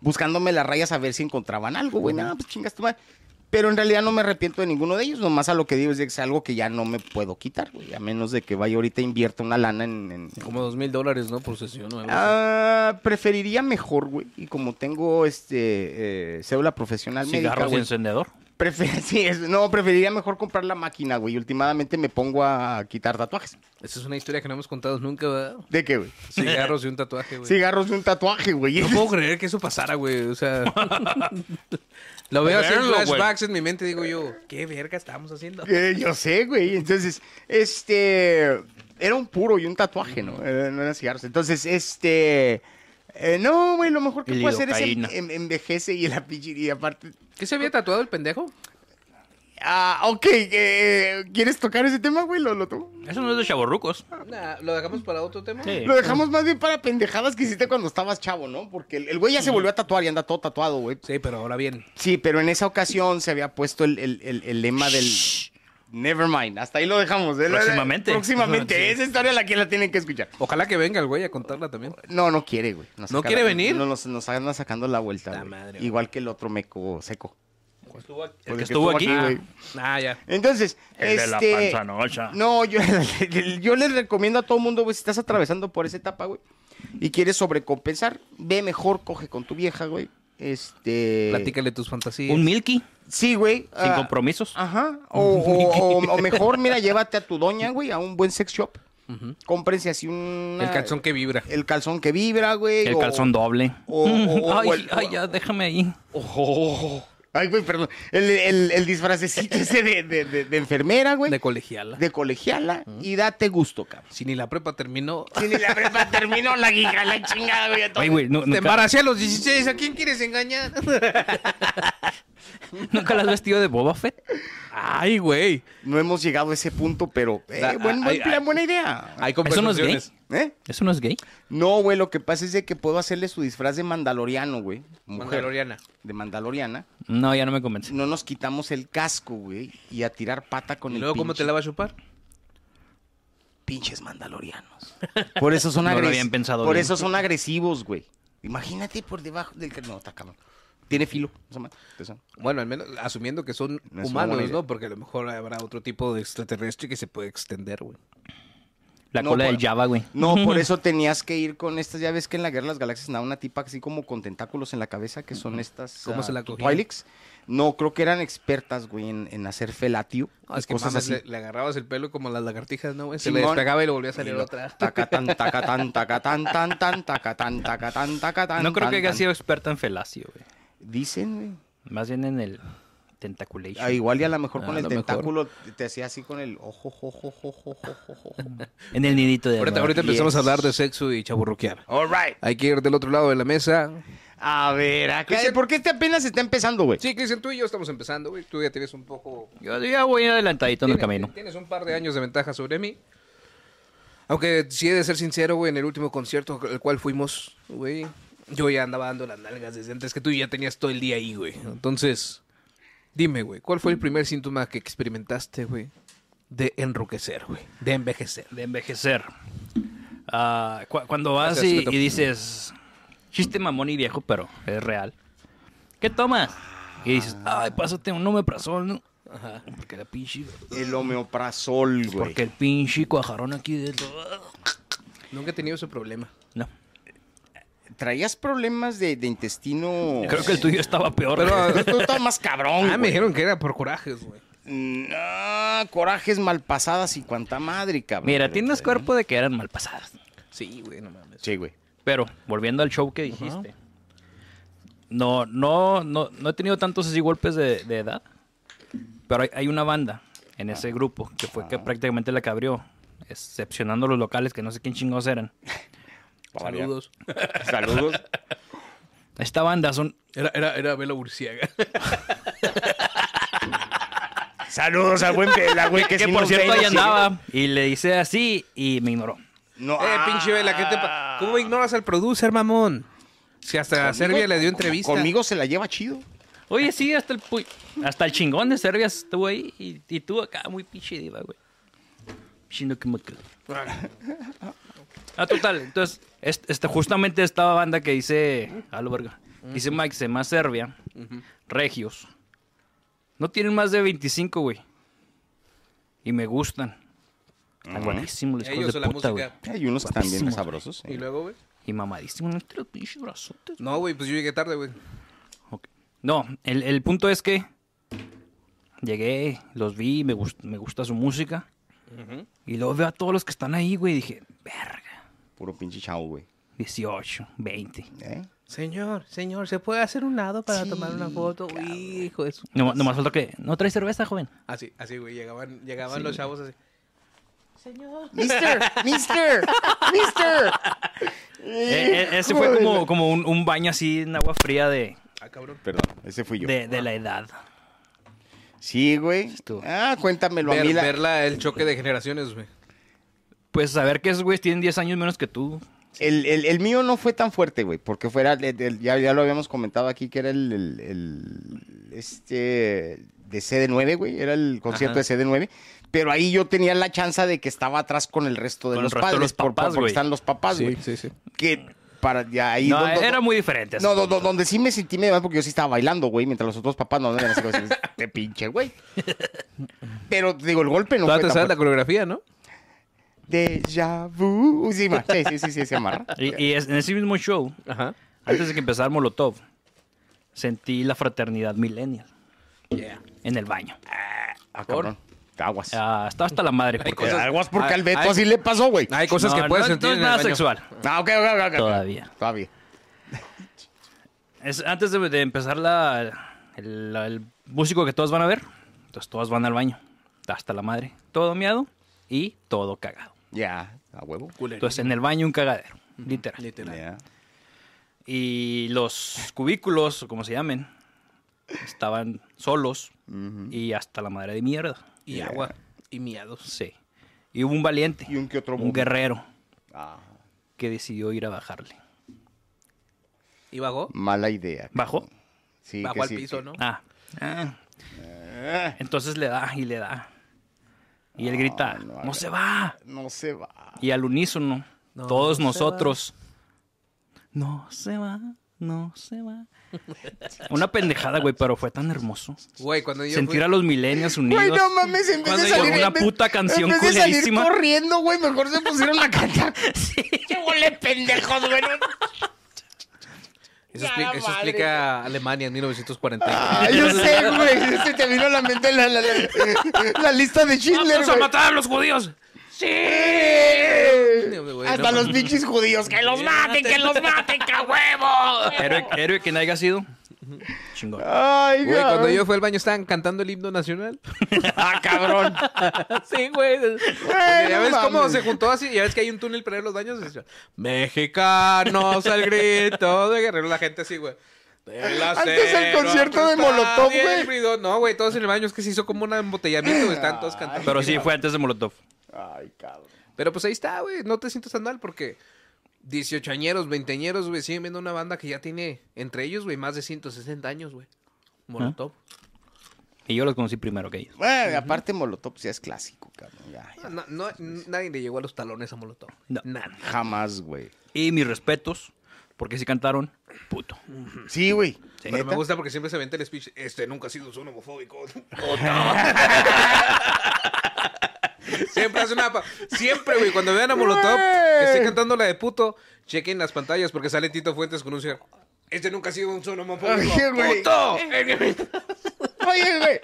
Buscándome las rayas a ver si encontraban algo, güey. Nada, pues chingas tu madre. Pero en realidad no me arrepiento de ninguno de ellos, nomás a lo que digo es de que es algo que ya no me puedo quitar, güey. A menos de que vaya ahorita e invierta una lana en... en-
Como dos mil dólares, ¿no? Por sesión, güey.
Ah, preferiría mejor, güey. Y como tengo este eh, cédula profesional médica,
Cigarros y
güey,
encendedor.
Prefer- sí, es- no, preferiría mejor comprar la máquina, güey. Últimamente me pongo a quitar tatuajes.
Esa es una historia que no hemos contado nunca, ¿verdad?
¿De qué, güey?
Cigarros y un tatuaje, güey.
Cigarros de un tatuaje, güey.
No puedo creer que eso pasara, güey. O sea, lo veo así en
Verlo, güey.
flashbacks en mi mente. Digo yo, ¿qué verga estábamos haciendo?
Eh, yo sé, güey. Entonces, este. Era un puro y un tatuaje, ¿no? Eh, no eran cigarros. Entonces, este. eh, no, güey, lo mejor que puedo hacer es en-
Lidocaína.
en- envejece y la pinche. Y aparte.
¿Qué se había tatuado el pendejo?
Ah, ok. eh, ¿Quieres tocar ese tema, güey? Lo, lo tomo.
Eso no es de chaborrucos.
Nah, ¿Lo dejamos para otro tema?
Sí.
Lo dejamos más bien para pendejadas que hiciste cuando estabas chavo, ¿no? Porque el el güey ya se volvió a tatuar y anda todo tatuado, güey.
Sí, pero ahora bien.
Sí, pero en esa ocasión se había puesto el, el- el- el lema del... Never mind, hasta ahí lo dejamos. ¿eh?
Próximamente.
Próximamente. Esa historia la que la tienen que escuchar.
Ojalá que venga el güey a contarla también.
No, no quiere, güey. Nos
¿No
saca
quiere
la-
venir?
No, nos, nos anda sacando la vuelta,
La
güey.
madre, güey.
Igual que el otro meco seco.
El que estuvo aquí.
güey.
Ah, ya.
Entonces,
El de la
este,
panzanocha.
No, yo, yo les recomiendo a todo mundo, güey, si estás atravesando por esa etapa, güey, y quieres sobrecompensar, ve mejor, coge con tu vieja, güey. Este...
Platícale tus fantasías.
Un milky.
Sí, güey.
Sin
ah,
compromisos.
Ajá. O, o- o- o mejor, mira, llévate a tu doña, güey, a un buen sex shop. Cómprense así un...
El calzón que vibra.
El calzón que vibra, güey.
El
o-
calzón doble.
o- o- o
ay,
el-
ay, ya, déjame ahí.
Oh. Ay, güey, perdón. El, el, el disfracecito ese de, de- de- de enfermera, güey.
De
De,
colegiala.
colegiala. Y date gusto, cabrón.
Si ni la prepa terminó.
Si ni la prepa terminó la guija, la chingada, güey. a todo.
Ay, güey, nu-
Te
nunca,
embaracé a los 16. ¿A quién quieres engañar?
¿nunca la has vestido de Boba Fett.
Ay, güey.
No hemos llegado a ese punto, pero... eh,
Da- ah,
buen, buen
ay,
plan,
ay.
buena idea.
Hay
¿Eso no es gay?
conversaciones.
¿Eh?
¿Eso no es gay?
No, güey, lo que pasa es de que puedo hacerle su disfraz de mandaloriano, güey. Mujer
Mandaloriana.
De mandaloriana.
No, ya no me convence.
No nos quitamos el casco, güey. Y a tirar pata con
¿Y
el
luego cómo te
pinche-
la va a chupar?
pinches mandalorianos. Por eso son
No lo
agres-
habían pensado
Por
bien.
eso son agresivos, güey. Imagínate por debajo del ca- no, está cabrón. Tiene filo, esa madre. Entonces,
Bueno, al menos asumiendo que son
No es una buena
humanos,
idea.
¿no? Porque a lo mejor habrá otro tipo de extraterrestre que se puede extender, güey.
La
No,
cola
por-
del Java, güey.
No, por eso tenías que ir con estas. Ya ves que en la Guerra de las Galaxias andaba una tipa así como con tentáculos en la cabeza, que son estas.
¿Cómo
ah,
se la cogía?
Twi'leks. No, creo que eran expertas, güey, en, en hacer felatio.
Ah,
y
es que
cosas
mames,
así.
le, le agarrabas el pelo como las lagartijas, ¿no? güey? Se le
Simón.
despegaba y le volvía a
Y
salir
lo-
otra.
Tacatán, tacatán, tacatán, tan, tan, tacatán, tacatán, tacatán,
No creo
tan,
que haya
tan.
sido experta en felacio, güey.
Dicen, güey.
Más bien en el tentaculation.
Ah, igual y a lo mejor con
A
el
lo mejor.
tentáculo te- te hacía así con el ojo, ojo, ojo, ojo, ojo, ojo, ojo.
En el nidito de
Ahorita,
amor.
ahorita
yes.
empezamos a hablar de sexo y chaburruquear. All right. Hay que ir del otro lado de la mesa.
A ver, acá.
Cristian-
¿Por qué este apenas está empezando, güey?
Sí, Cristian, tú y yo estamos empezando, güey. Tú ya tienes un poco...
Yo ya voy adelantadito en el
tienes-
camino.
Tienes un par de años de ventaja sobre mí. Aunque sí he de ser sincero, güey, en el último concierto al cual fuimos, güey, yo ya andaba dando las nalgas desde antes que tú y ya tenías todo el día ahí, güey. Entonces, dime, güey, ¿cuál fue el primer síntoma que experimentaste, güey? De enroquecer, güey. De envejecer.
De em- envejecer. Ah, cu- cuando vas
Gracias,
y,
Beto.
y dices, chiste mamón y viejo, pero es real. ¿Qué tomas? Y dices, ay, pásate un omeprazol, ¿no? Ajá, porque la pinche...
El homeoprazol, güey.
Porque el pinche cuajarón aquí de...
Nunca he tenido ese problema.
No,
Traías problemas de, de intestino.
creo que el tuyo estaba peor.
Pero-
Tú estabas más cabrón,
Ah, me
güey.
dijeron que era por corajes, güey.
No, corajes malpasadas y cuanta madre, cabrón.
Mira,
Pero,
tienes
güey.
cuerpo de que eran malpasadas.
Sí, güey, no mames.
Sí, güey.
Pero, volviendo al show que dijiste. No, no, no, no he tenido tantos así golpes de, de edad. Pero hay, hay una banda en ese grupo que fue que prácticamente la que abrió. Excepcionando los locales que no sé quién chingados eran.
Saludos.
Saludos.
Esta banda son.
Era, era, era Bela Urciaga.
Saludos al buen Vela, güey. Que,
Que
sí
por
nos
cierto
ve,
ahí
sí.
andaba. Y le hice así y me ignoró.
No,
Eh, pinche Vela, ¿qué te pasa? ¿Cómo ignoras al producer, mamón? Si hasta
ah,
Serbia
conmigo-
le dio entrevista.
Conmigo se la lleva chido.
Oye, sí, hasta el pu- hasta el chingón de Serbia estuvo ahí. Y, y tú acá, muy pinche diva, güey. Chino que me quedo. Ah, total. Entonces, este, este, justamente esta banda que dice. A lo verga. Dice Mike, se llama Serbia. Regios. No tienen más de 25, güey. Y me gustan. Están buenísimos los hijos
Ellos o
de
la
puta, güey.
música.
Hay unos también
Guapísimos,
sabrosos. eh.
Y luego, güey.
Y mamadísimos. No tienen los pinches brazotes.
No, güey, pues yo llegué tarde, güey.
Ok. No, el, el punto es que llegué, los vi, me, gust- me gusta su música. Y luego veo a todos los que están ahí, güey. y Dije, verga,
Puro pinche chao, güey.
18, 20.
¿Eh?
Señor, señor, ¿se puede hacer un lado para tomar una foto? Hijo de su...
No, más falta que. ¿No trae cerveza, joven?
Así, así, güey. Llegaban, llegaban los chavos así.
Mister, mister, mister.
Eh, eh, ese fue como, como un, un baño así en agua fría de,
Ah, cabrón.
Perdón, ese fui yo.
de, de la edad.
Sí, güey.
Estuvo.
Ah, cuéntamelo a
Ver,
mí. la-
verla, el choque de generaciones, güey.
Pues saber que esos güeyes tienen 10 años menos que tú.
El, el- el mío no fue tan fuerte, güey, porque fuera, el- el- ya, ya lo habíamos comentado aquí, que era el, el- el- este, de CD9, güey, era el concierto de CD9, pero ahí yo tenía la chance de que estaba atrás con el resto de,
Con el
los,
resto de
padres,
los
por- por-
papás,
porque
güey.
están los papás, güey,
sí, sí.
que para, ya ahí...
no,
do- do-
era muy diferente.
no, do- do- donde sí me sentí medio mal porque yo sí estaba bailando, güey, mientras los otros papás no eran así como, este pinche, güey. Pero, digo, el golpe no fue
Todavía
tan
te sabes la
fuerte.
coreografía, ¿no?
Déjà vu. Sí, ma, sí, sí, sí, sí, se amarra.
Y, y es- en ese mismo show,
Ajá.
antes de que empezara Molotov, sentí la fraternidad millennial. En el baño.
Ah, cabrón. Aguas.
Ah, está hasta la madre.
Hay
porque- Ah,
cosas-
Aguas porque
hay-
al Beto
hay-
así le pasó, güey.
Hay cosas
No,
que puedes
no-
sentir
no es
en el
nada
baño.
sexual.
Ah, ok, ok, ok, ok.
Todavía.
Todavía.
Es antes de, de empezar la, el, la- el músico que todos van a ver, entonces todos van al baño. Hasta la madre. Todo miado y todo cagado.
Ya, a huevo.
Entonces en el baño un cagadero, literal.
Ya.
Y los cubículos, o como se llamen, estaban solos y hasta la madre de mierda.
Y agua. Y miados.
Sí. Y hubo un valiente,
Y un que otro
un
boom.
guerrero,
Ah,
que decidió ir a bajarle.
Y bajó.
mala idea.
¿Bajó?
Sí, que
Bajó al
sí,
piso,
que-
¿no?
Ah. Ah. Entonces le da y le da. Y él grita,
no
no,
haga-
se va.
No se va.
Y al unísono,
No
todos
se va.
nosotros, no se va, no se va. Una pendejada, güey, pero fue tan hermoso.
Güey, cuando yo
Sentir
fui-
a los milenios unidos.
Güey, no mames, en vez
Cuando
de
llegó
salir
una
en vez-
puta canción
en vez de salir
culerísima.
corriendo, güey, mejor se pusieron la cantar. ¡Qué huele pendejos, güey!
Eso,
Ya,
explica, eso
madre.
explica Alemania en 1940.
Ah, yo sé, güey. Se te vino a la mente la, la- la- la lista de Schindler,
¡Vamos a
güey.
matar a los judíos!
Güey,
Hasta
no,
los pinches judíos. ¡Que los maten, que los maten, que a huevo!
Héroe, héroe que no haya sido. Chingón.
Ay,
Güey, cuando
cabrón.
yo fui al baño estaban cantando el himno nacional.
Ah, cabrón.
Sí, güey.
Güey,
ya
no
ves cómo
mames.
se juntó así. Ya ves que hay un túnel para ir a los baños. y decía, Mexicanos al grito de guerrero. La gente así, güey. Del
Antes el
acero
concierto de
aplastado
Molotov,
y el
güey.
ruido. No, güey, todos en el baño. Es que se hizo como un embotellamiento. güey, Estaban todos cantando.
Pero sí, fue antes de Molotov.
Ay, cabrón.
Pero pues ahí está, güey. No te sientas tan mal porque 18 añeros, 20 añeros, güey, siguen viendo una banda que ya tiene entre ellos, güey, más de 160 años, güey. Molotov.
Y yo los conocí primero que ellos.
Bueno, aparte Molotov ya es clásico, cabrón. Ya, ya.
No, no- n- nadie le llegó a los talones a Molotov.
No.
Nada.
Jamás, güey.
Y mis respetos, porque si cantaron, puto.
Sí, güey.
Pero me
¿Neta?
gusta porque siempre se vende el speech. Este nunca ha sido un homofóbico. siempre hace una. pa- Siempre, güey, cuando vean a Molotov que esté cantando la de puto, chequen las pantallas porque sale Tito Fuentes con un señor. Este nunca ha sido un son homofóbico.
Oye, güey.
¡Puto!
Oye, güey.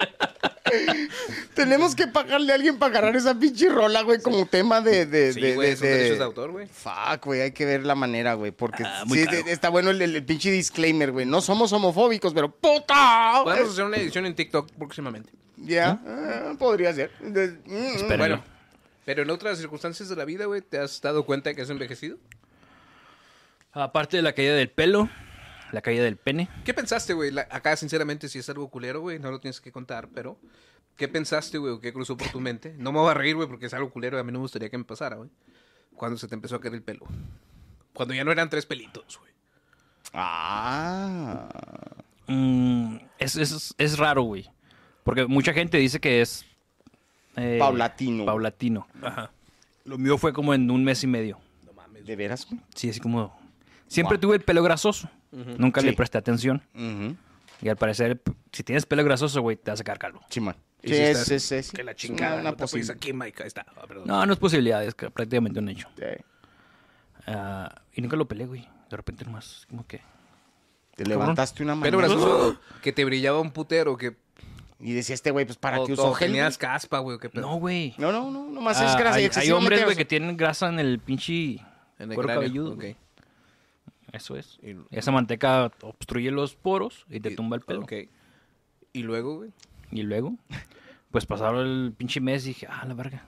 Tenemos que pagarle a alguien para agarrar esa pinche rola, güey, como tema de. de,
Sí,
de,
güey,
de-
son
de-
derechos de autor, güey.
Fuck, güey, hay que ver la manera, güey, porque
Ah, muy
sí,
caro.
de- está bueno el, el- el pinche disclaimer, güey. No somos homofóbicos, pero
Podemos
puta.
hacer una edición en TikTok próximamente.
Ya, ah, podría ser. De- mm,
Espérenlo.
Bueno, pero en otras circunstancias de la vida, güey, ¿te has dado cuenta de que has envejecido?
Aparte de la caída del pelo, la caída del pene.
¿Qué pensaste, güey? La- Acá, sinceramente, si es algo culero, güey, no lo tienes que contar, pero ¿qué pensaste, güey? o ¿Qué cruzó por tu mente? No me voy a reír, güey, porque es algo culero y a mí no me gustaría que me pasara, güey. Cuando se te empezó a caer el pelo. Cuando ya no eran tres pelitos, güey.
Ah.
Mm, es, es- es raro, güey. Porque mucha gente dice que es... eh,
Paulatino.
Paulatino. Lo mío fue como en un mes y medio.
¿De veras, güey?
Sí, así como... Siempre tuve el pelo grasoso. Nunca le
Sí.
presté atención.
Ujú.
Y al parecer, p- si tienes pelo grasoso, güey, te vas a sacar calvo.
Chimán.
Y
Sí,
si
es,
estás-
es, es.
Que la
es
chingada.
Una,
no
una
te apoyes
posibilidad.
aquí, Mike. Ahí está. Ah, perdón.
pues No, no es posibilidad, es que prácticamente un hecho.
Sí.
Ah, y nunca lo peleé, güey. De repente nomás, como que...
Te levantaste una
Pero
mano
grasoso, que te brillaba un putero, que
y decía este güey, pues para
o-
qué
o
usó gel.
tenías caspa, güey, o qué pedo.
No, güey.
No, no, no, nomás
Ah,
es grasa.
hay, hay
excesivamente
hombres, güey,
grasosa.
que tienen grasa en el pinche
En el
cuero
cráneo,
cabelludo.
ok.
güey. Eso es.
Y-
Esa manteca obstruye los poros y te tumba el pelo.
Ok. Y luego, güey.
Y luego, pues pasaron el pinche mes y dije, ah, la verga.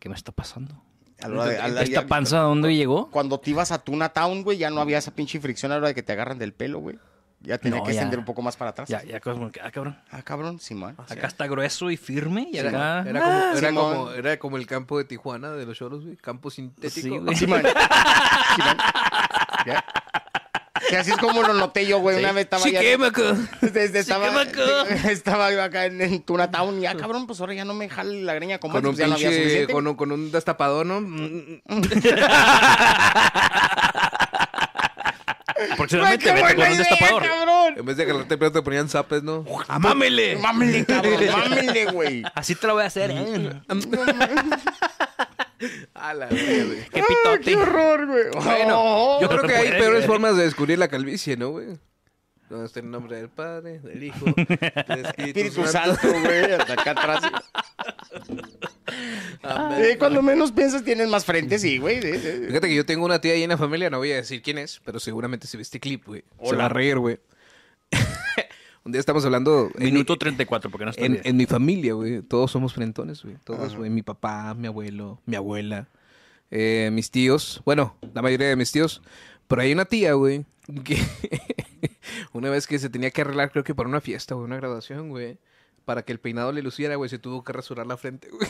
¿Qué me está pasando?
A la hora de- a la-
¿Esta
ya-
panza a dónde llegó?
Cuando te ibas a Tuna Town, güey, ya no había esa pinche fricción a la hora de que te agarran del pelo, güey. Ya tenía
No,
que
ya.
extender un poco más para atrás.
Ya, ya, como que, ah, cabrón.
Ah, cabrón, Simón.
Acá está grueso y firme y acá...
Era como,
Ah,
era,
Simón.
como, era como el campo de Tijuana de los choros, güey. Campo sintético.
pues Sí, güey.
Simón. Simón. Ya. Que así es como lo noté yo, güey. Una vez estaba ya- Pues Desde estaba, estaba yo acá en, en Tuna Town y ah, cabrón, pues ahora ya no me jale la greña como
Con
antes,
un
pues ya no había
pinche,
suficiente.
con un, con un destapador, ¿no? Mm, mm,
Güey, qué
Aproximadamente
buena
vete con un
idea,
destapador.
cabrón!
En vez de agarrarte el pelo te ponían zapes, ¿no?
¡Mámele!
¡Mámele, cabrón! ¡Mámele, güey!
Así te lo voy a hacer, ¿eh?
A la verga, güey.
¡Qué
Ah, ¡Qué
pitote!
horror, güey! Oh.
Yo creo que hay
Puede
peores
ser.
formas de descubrir la calvicie, ¿no, güey? No, está en nombre del Padre, del Hijo, del Espíritu,
Espíritu
Santo.
Santo, güey, hasta acá atrás. Eh, cuando menos piensas, tienes más frente, sí, güey. sí, sí.
Fíjate que yo tengo una tía ahí en la familia, no voy a decir quién es, pero seguramente si ve este clip, güey, se va a reír, güey. Un día estamos hablando...
Mm.
en-
Minuto 34, porque no está
En,
bien.
en mi familia, güey, todos somos frentones, güey. Todos, güey. Mi papá, mi abuelo, mi abuela, eh, mis tíos. Bueno, la mayoría de mis tíos. Pero hay una tía, güey, que una vez que se tenía que arreglar, creo que para una fiesta, güey, una graduación, güey. Para que el peinado le luciera, güey, se tuvo que rasurar la frente, güey.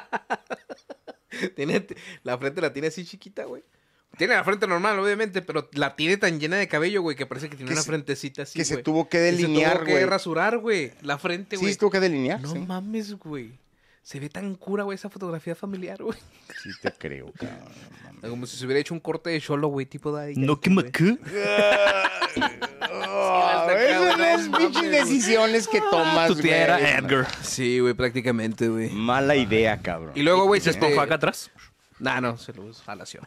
Tiene- la frente la tiene así chiquita, güey. Tiene la frente normal, obviamente, pero la tiene tan llena de cabello, güey, que parece que tiene
Que
una
se-
frentecita así,
que se
güey.
tuvo que
Y se
delinear,
tuvo que
güey.
rasurar, güey, la frente,
Sí,
güey.
tuvo que delinear.
no
sí.
mames, güey. Se ve tan cura, güey, esa fotografía familiar, güey.
Sí, te creo, cabrón.
Como si se hubiera hecho un corte de solo, güey, tipo de ahí.
No, que me que.
Ah, esas son las pinches decisiones que tomas,
Tu
güey.
tía era
eh,
Edgar.
Sí, güey, prácticamente, güey.
Mala idea, cabrón.
Y luego, güey,
¿Se
se
esponjó acá atrás?
Nah, no, se lo jalación.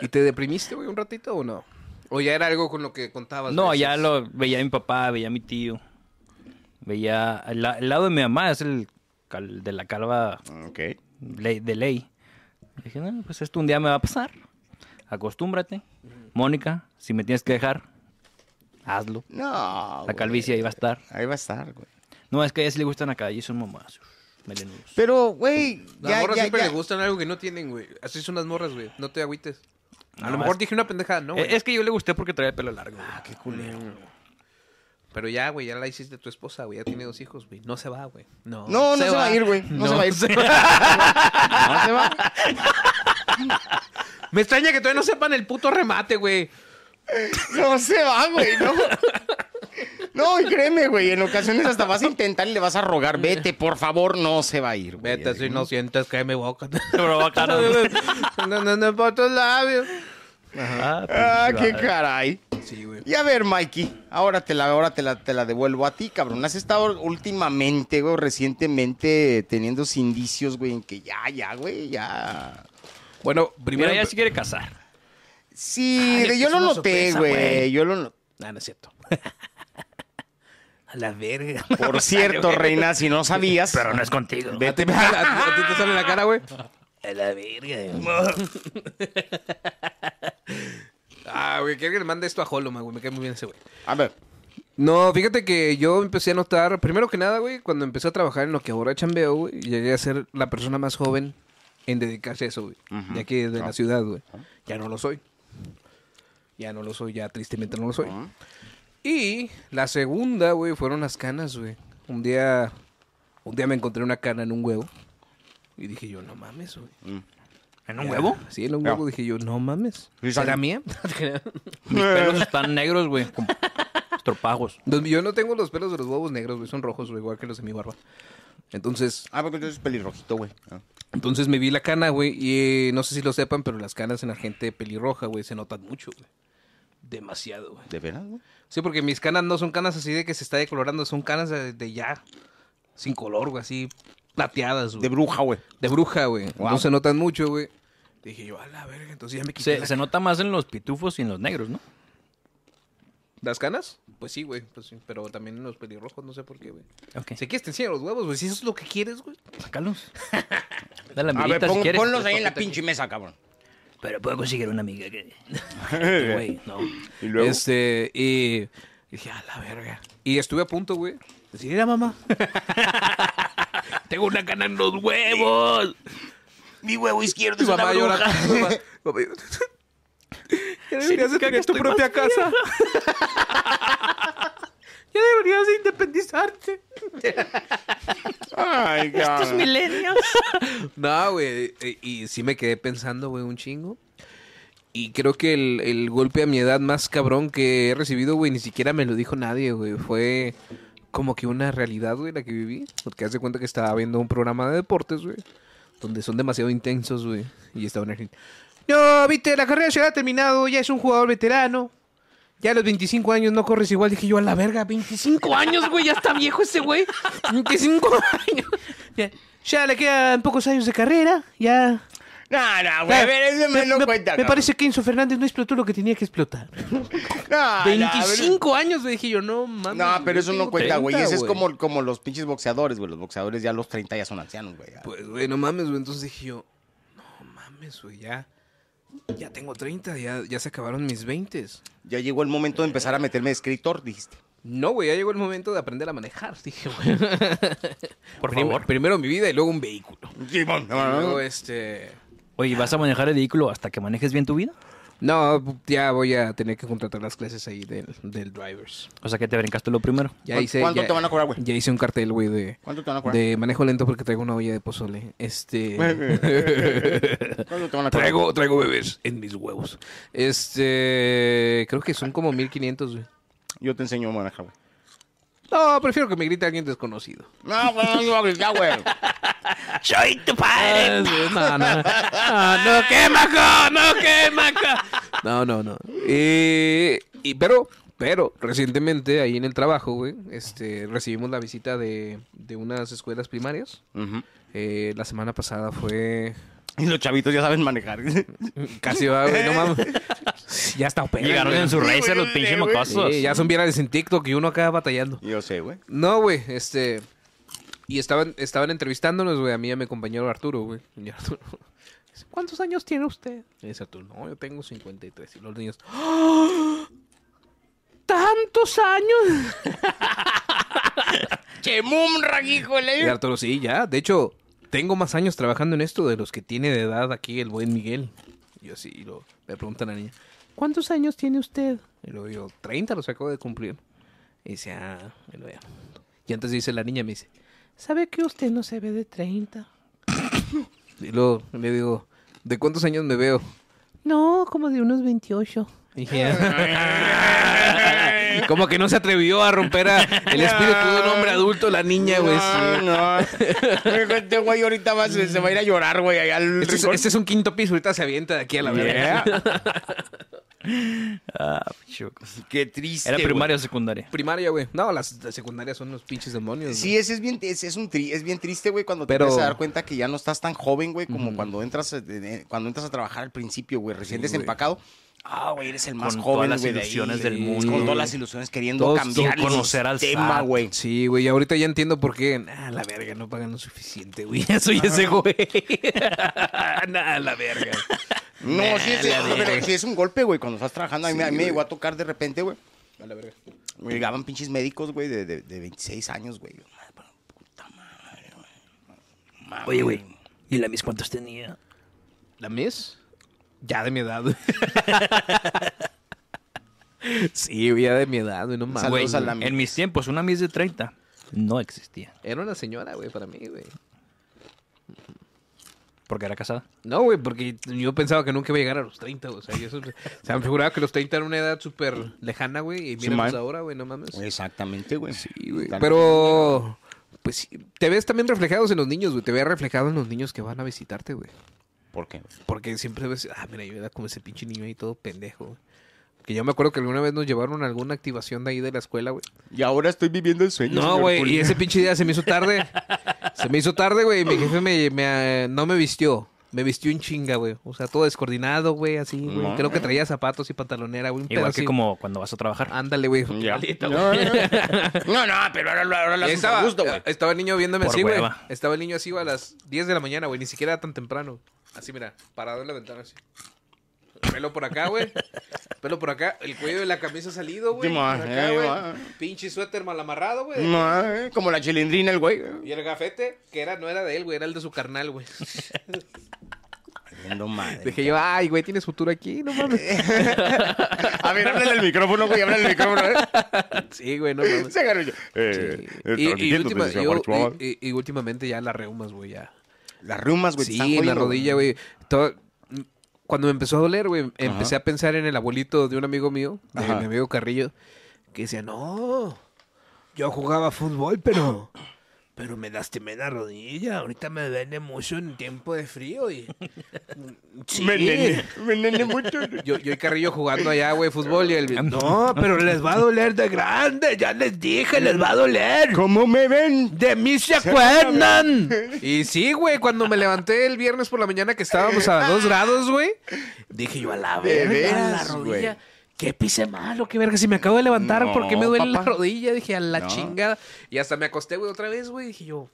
¿Y te deprimiste, güey, un ratito o no? ¿O ya era algo con lo que contabas?
No,
güey?
ya lo veía a mi papá, veía a mi tío. Veía. al la- el lado de mi mamá es el cal- de la calva
Ok.
ley- de ley. Dije, no, pues esto un día me va a pasar. Acostúmbrate. Mónica, si me tienes que dejar, hazlo.
No.
La
güey.
calvicie ahí va a estar.
Ahí va a estar, güey.
No, es que a ella sí le gustan acá, y son mamás. melenudos.
Pero, güey,
Las
ya,
morras
ya,
siempre
ya.
le gustan algo que no tienen, güey. Así son las morras, güey. No te agüites. A
No,
lo mejor
es-
dije una pendejada, ¿no?
Eh,
güey?
Es que yo le gusté porque traía el pelo largo.
Ah,
güey.
Pero ya, güey, ya la hiciste tu esposa, güey. Ya tiene dos hijos, güey. No se va, güey. No.
No, no se va a ir, güey. No se va a ir. No se va.
Me extraña que todavía no sepan el puto remate, güey.
No se va, güey, no. No, y créeme, güey, en ocasiones hasta vas a intentar y le vas a rogar, vete, por favor, no se va a ir, güey.
Vete, si no sientes que me boca.
Pero
Ah,
va a cara-
no, no, no, por tus labios.
Ah, pues,
Ah,
sí,
qué
va.
caray.
Sí, güey.
Y a ver, Mikey, ahora te la, ahora te la, te la devuelvo a ti, cabrón. Has estado últimamente, güey, recientemente teniendo indicios, güey, en que ya, ya, güey, ya.
Bueno,
Primero
primero.
ella sí quiere casar.
Sí,
Ay,
yo
es
lo
una
noté,
sorpresa,
güey.
güey.
Yo lo noté.
Ah, no es cierto. A la verga.
Por cierto, reina, si no sabías.
Pero no es contigo.
Vete, ¿A a ti te sale la cara, güey?
A la verga.
Ah, güey, quiero que le mande esto a Holloman, güey. Me cae muy bien ese güey.
A ver.
No, fíjate que yo empecé a notar, primero que nada, güey, cuando empecé a trabajar en lo que ahora chambeo, güey, llegué a ser la persona más joven en dedicarse a eso, güey. De aquí, de la ciudad, güey. Ya no lo soy. Ya no lo soy, ya tristemente no lo soy. Y la segunda, güey, fueron las canas, güey. Un día, un día me encontré una cana en un huevo. Y dije yo, no mames, güey.
¿En un huevo?
Mm. Sí, en un huevo dije yo, no mames.
Sí,
¿Será
sale.
mía?
Mis
Eh.
pelos están negros, güey. como Estropajos.
Los- Yo no tengo los pelos de los huevos negros, güey. Son rojos, güey, igual que los de mi barba. Entonces,
Ah, porque tú eres pelirrojito, güey. Ah.
entonces me vi la cana, güey. Y eh, no sé si lo sepan, pero las canas en la gente pelirroja, güey, se notan mucho, güey. Demasiado, güey.
¿De veras, güey?
Sí, porque mis canas no son canas así de que se está decolorando, son canas de, de ya. Sin color, güey, así plateadas, güey. De,
De bruja, güey.
bruja, güey.
Wow.
No se notan mucho, güey. Dije yo, a la verga, entonces ya me quité.
Se,
la-
se nota más en los pitufos y en los negros, ¿no?
¿Las canas? Pues sí, güey. Pues sí, pero también en los pelirrojos, no sé por qué, güey.
Ok.
Si quieres te enseño los huevos, güey. Si eso es lo que quieres, güey.
Sácalos. Dale la
A ver,
amiguita si
pon-
quieres.
ponlos ahí en la pinche mesa, cabrón.
Pero puedo conseguir una amiga que... Güey, no.
Y luego.
Este, y dije, a la verga. Y estuve a punto, güey. Decir, mira, mamá. Tengo una cana en los huevos.
Mi huevo izquierdo
Tu mamá llora. Tu mamá- tu mamá llora. Ya deberías de tener tu propia casa. ya deberías de independizarte.
Ay,
Estos
cabrón.
milenios.
No, güey. eh, Y sí me quedé pensando, güey, un chingo. Y creo que el, el golpe a mi edad más cabrón que he recibido, güey, ni siquiera me lo dijo nadie, güey. Fue como que una realidad, güey, la que viví. Porque haz de cuenta que estaba viendo un programa de deportes, güey. Donde son demasiado intensos, güey. Y estaban así. No, viste, la carrera ya ha terminado, ya es un jugador veterano. Ya a los 25 años no corres igual. Dije yo, a la verga, 25 años, güey, ya está viejo ese güey. 25 años. Ya, ya le quedan pocos años de carrera, ya.
No, no, güey, a ver, ese me,
me,
lo
me-
cuenta.
me
cabrón.
parece que Enzo Fernández no explotó lo que tenía que explotar.
No, no, a ver.
25 años, le dije yo, no mames.
Ah, No, pero eso
yo
no
tengo
cuenta, güey.
30,
Ese es como, como los pinches boxeadores, güey. Los boxeadores ya a los 30 ya son ancianos, güey. ya.
Pues, güey, no mames, güey. Entonces dije yo, no mames, güey, ya. Ya tengo 30, ya, ya se acabaron mis 20.
Ya llegó el momento de empezar a meterme de escritor, dijiste.
No, güey, ya llegó el momento de aprender a manejar, dije, güey.
Por
Prim-
favor.
Primero mi vida y luego un vehículo.
Simón, no, no,
Y
no.
luego, este...
Oye, ¿vas a manejar el vehículo hasta que manejes bien tu vida?
No, ya voy a tener que contratar las clases ahí del, del drivers.
O sea, que te brincaste lo primero.
Ya
¿Cuán-
hice,
cuánto
ya-
te van a cobrar, güey?
Ya hice un cartel, güey, de,
¿Cuánto te van a cobrar?
de manejo lento porque traigo una olla de pozole. Este...
¿Cuánto te van a cobrar?
Traigo, traigo bebés en mis huevos. Este, creo que son como 1500, güey.
Yo te enseño a manejar, güey.
No, prefiero que me grite alguien desconocido.
No, güey, no iba a gritar, güey.
¡Soy tu padre!
No, no. No, quema, co, no quema. co. No, no, no. Eh, y, pero, pero, recientemente ahí en el trabajo, güey, este, recibimos la visita de, de unas escuelas primarias.
Ujú.
Eh, la semana pasada fue...
Y los chavitos ya saben manejar.
Casi va, güey, no mames. Ya está operando.
Llegaron en su racer los pinches mocosos.
ya son virales en TikTok y uno acá batallando.
Yo sé, güey.
No, güey, este. Y estaban, estaban entrevistándonos, güey, a mí y a mi compañero Arturo, güey. Y Arturo, ¿Cuántos años tiene usted? Y dice Arturo, no, yo tengo 53. Y los niños, "¡Ah! ¡Tantos años!
¡Chemum,
Y
raguíjole!
Arturo, sí, ya. De hecho, tengo más años trabajando en esto de los que tiene de edad aquí el buen Miguel. Y yo sí, y lo, le preguntan a la niña, ¿cuántos años tiene usted? Y luego yo, 30 los acabo de cumplir. Y dice, ah, y luego ya. Y antes dice la niña, me dice, ¿sabe que usted no se ve de 30? y luego le digo, ¿de cuántos años me veo? No, como de unos 28. Y dije, "Ah". Como que no se atrevió a romper a el espíritu de un hombre adulto, la niña, güey.
No, no.
Ah.
Hijo, Este güey ahorita va, se, se va a ir a llorar, güey, allá al
Este es,
rincón.
este es un quinto piso, ahorita se avienta de aquí a la verga.
Yeah.
Ah, chuco.
Qué triste.
¿Era
güey.
primaria o secundaria?
Primaria, güey. No, las, las secundarias son unos pinches demonios.
Sí, ese es bien, es, es un tri- es bien triste, güey, cuando
Pero-
te empiezas a dar cuenta que ya no estás tan joven, güey, como cuando entras eh, eh, cuando entras a trabajar al principio, güey, recién desempacado. Ah, güey, eres el más
Con
joven,
todas las
güey, de ahí,
ilusiones
güey.
del mundo,
Con
güey.
todas las ilusiones queriendo
Todos-
cambiar
todos conocer al
tema,
SAT.
güey.
güey. Sí, güey. Ahorita ya entiendo por qué. Ah, la verga, no pagan lo suficiente, güey. Ya soy ese güey. nah, la verga.
No, sí, sí, pero sí es un golpe, güey, cuando estás trabajando. A mí, a mí me llegó a tocar de repente, güey.
A la verga.
Me Llegaban pinches médicos, güey, de, de, de 26 años, güey. Yo, madre, pero puta madre, güey. Mames.
Oye, güey. ¿Y la mis cuántos tenía?
¿La mes? Ya de mi edad, güey. Sí, güey, ya de mi edad, güey. No mames.
Güey,
Saludos a la Miss.
en mis tiempos, una mis de 30 no existía.
Era una señora, güey, para mí, güey.
Porque era casada.
No, güey, porque yo pensaba que nunca iba a llegar a los 30, güey. O sea, yo eso- o sea, me figuraba que los 30 era una edad súper lejana, güey. Y míranos
man.
ahora, güey, no mames.
Exactamente, güey.
Sí, güey.
Tan-
Pero, pues, sí, te ves también reflejados en los niños, güey. Te ves reflejado en los niños que van a visitarte, güey.
¿Por qué?
Porque siempre ves, ah, mira, yo era como ese pinche niño ahí todo pendejo, güey. Que yo me acuerdo que alguna vez nos llevaron a alguna activación de ahí de la escuela, güey.
Y ahora estoy viviendo el sueño.
No,
señor
güey, y
Pulga.
ese pinche día se me hizo tarde. Se me hizo tarde, güey, y mi jefe me, me, eh, no me vistió. Me vistió en chinga, güey. O sea, todo descoordinado, güey, así, güey.
No.
Creo que traía zapatos y pantalonera, güey. un pedo
Igual que
así.
como cuando vas a
Ah,
trabajar.
Ándale, pues, güey.
Ya. No, no, no, pero ahora, lo- ahora lo
Y ahí
haces
Estaba,
a gusto, güey.
estaba el niño viéndome
Por
así, güey.
hueva.
Estaba el niño así güey, a las 10 de la mañana, güey. Ni siquiera era tan temprano. Así, mira, parado en la ventana así. Pelo por acá, güey. Pelo por acá. El cuello de la camisa salido, güey.
Sí,
Por
ma,
acá,
eh,
güey.
ma.
Pinche suéter mal amarrado, güey.
No, eh, como la chilindrina, el güey.
Y el gafete, que era, no era de él, güey, era el de su carnal, güey.
Valiendo madre.
Dije yo, ay, güey, tienes futuro aquí, no mames.
A ver, háblale al micrófono, güey, háblale al micrófono. eh.
Sí, güey, no mames.
Se agarró yo. eh,
Sí. Y- y última-
pues,
yo- y- y- y últimamente ya las reumas, güey, ya.
Las rumas, güey. te están
Sí, en la
jodiendo,
rodilla, güey. Todo- Cuando me empezó a doler, güey, empecé a pensar en el abuelito de un amigo mío, de
Ajá.
mi amigo Carrillo, que decía, no, yo jugaba fútbol, pero, Pero me lastimé la rodilla. Ahorita me duele mucho en tiempo de frío. Y... Sí.
Me nene mucho.
Yo, yo y Carrillo jugando allá, güey, fútbol y el... No, pero les va a doler de grande. Ya les dije, les va a doler.
¿Cómo me ven?
De mí se acuerdan. Y sí, güey, cuando me levanté el viernes por la mañana que estábamos a dos grados, güey, dije yo a la verga,
De veras,
la
güey.
rodilla. Qué pise malo, qué verga. Si me acabo de levantar,
No,
¿por qué me duele la
papá.
rodilla? Dije, a la
No.
chingada. Y hasta me acosté, güey, otra vez, güey. Dije yo,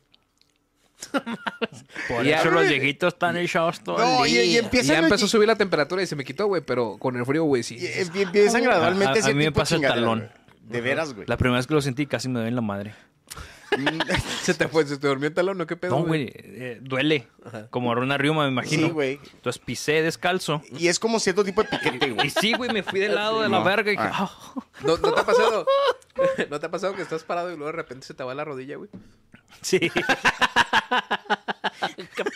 Por
Ya.
eso los viejitos están echados todo el
No, y,
día.
y empiezan,
ya empezó a subir la temperatura y se me quitó, güey, pero con el frío, güey, sí.
y- eh, em- y- y empiezan gradualmente
A- a
ese
mí me
tipo de
pasa el
chingadera,
talón.
güey. De veras, güey.
La primera vez que lo sentí casi me doy en la madre.
Se te fue, se te durmió el talón, ¿no? ¿Qué pedo,
No, güey, eh, duele. Como una riuma, me imagino.
Sí, güey.
Entonces pisé descalzo.
Y es como cierto tipo de piquete,
Y
güey.
sí, güey, me fui del lado de la
No.
verga y dije,
Ah.
"Ah".
¿No, no te ha pasado? ¿No te ha pasado que estás parado y luego de repente se te va la rodilla, güey?
Sí. ¿Qué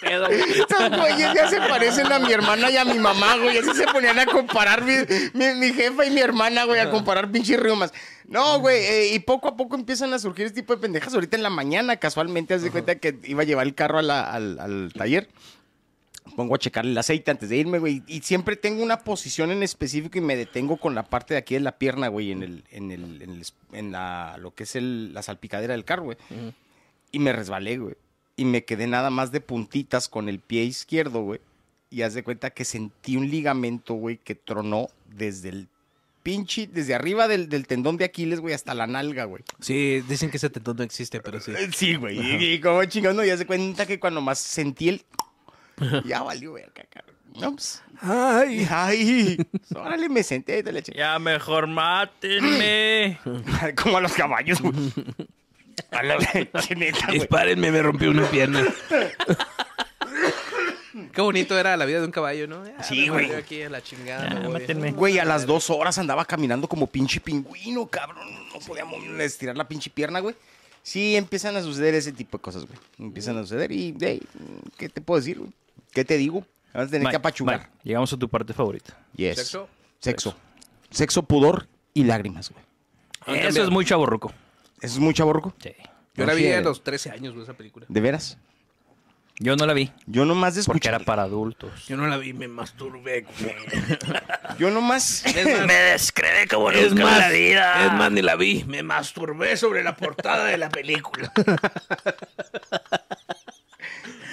pedo, güey?
Estos güeyes ya se parecen a mi hermana y a mi mamá, güey. Así se ponían a comparar mi, mi- mi jefa y mi hermana, güey, a comparar pinches riomas. No, güey, eh, y poco a poco empiezan a surgir este tipo de pendejas. Ahorita en la mañana, casualmente, haz de cuenta que iba a llevar el carro a la- al, al taller. Pongo a checar el aceite antes de irme, güey. Y siempre tengo una posición en específico y me detengo con la parte de aquí de la pierna, güey, en el, en el, en el es- en la, lo que es el- la salpicadera del carro, güey. Y me resbalé, güey. Y me quedé nada más de puntitas con el pie izquierdo, güey. Y haz de cuenta que sentí un ligamento, güey, que tronó desde el pinche, desde arriba del, del tendón de Aquiles, güey, hasta la nalga, güey.
Sí, dicen que ese tentón no existe, pero sí.
Eh, Sí, güey. Y, y como chingón, no, y haz de cuenta que cuando más sentí el. Ya valió verga, cabrón. No, pues,
Ay.
Ay, órale, me senté y te le eché.
Ya mejor mátenme.
Como a los caballos, güey. A la qué neta, güey.
Dispárenme, me rompió una pierna. Qué bonito era la vida de un caballo, ¿no? Ya,
Sí,
me
güey.
valió Aquí a la chingada.
Ya,
me voy.
mátenme.
Güey, a las dos horas andaba caminando como pinche pingüino, cabrón. No podíamos estirar la pinche pierna, güey. Sí, empiezan a suceder ese tipo de cosas, güey. Empiezan a suceder y, hey, ¿qué te puedo decir, güey? ¿Qué te digo? Vas a tener
Mike,
que apachugar.
Mike, llegamos a tu parte favorita.
Yes.
¿Sexo?
Sexo. Sexo, pudor y lágrimas, güey. Ah,
Han
Eso
cambiado.
es muy chaborruco.
¿Eso es muy chaborruco?
Sí.
Yo la vi
Oye,
a los 13 años, güey, esa película.
¿De veras?
Yo no la vi
Yo nomás de
porque
escuchar.
era para adultos.
Yo no la vi, me masturbé.
Yo nomás.
me descreé como es más, la vida. Es más, ni la vi.
Me masturbé sobre la portada de la película.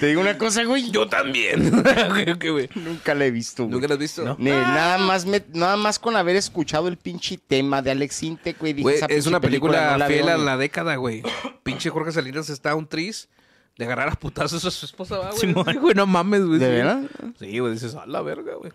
Te digo una cosa, güey. Yo
También. ¿Qué, güey?
nunca la he visto, güey.
¿Nunca la has visto?
No.
Ne- nada, más me- nada más con haber escuchado el pinche tema de Alex Intec, güey. dije,
Güey,
esa
es
pinche
una película,
no la
fiel
veo,
a
güey.
la década, güey. Pinche Jorge Salinas está un tris. Le agarrar a putazos a su esposa, va, güey.
Simón.
Sí, güey, no mames, güey.
¿De
Sí.
verdad?
Sí, güey, dices, a la verga, güey.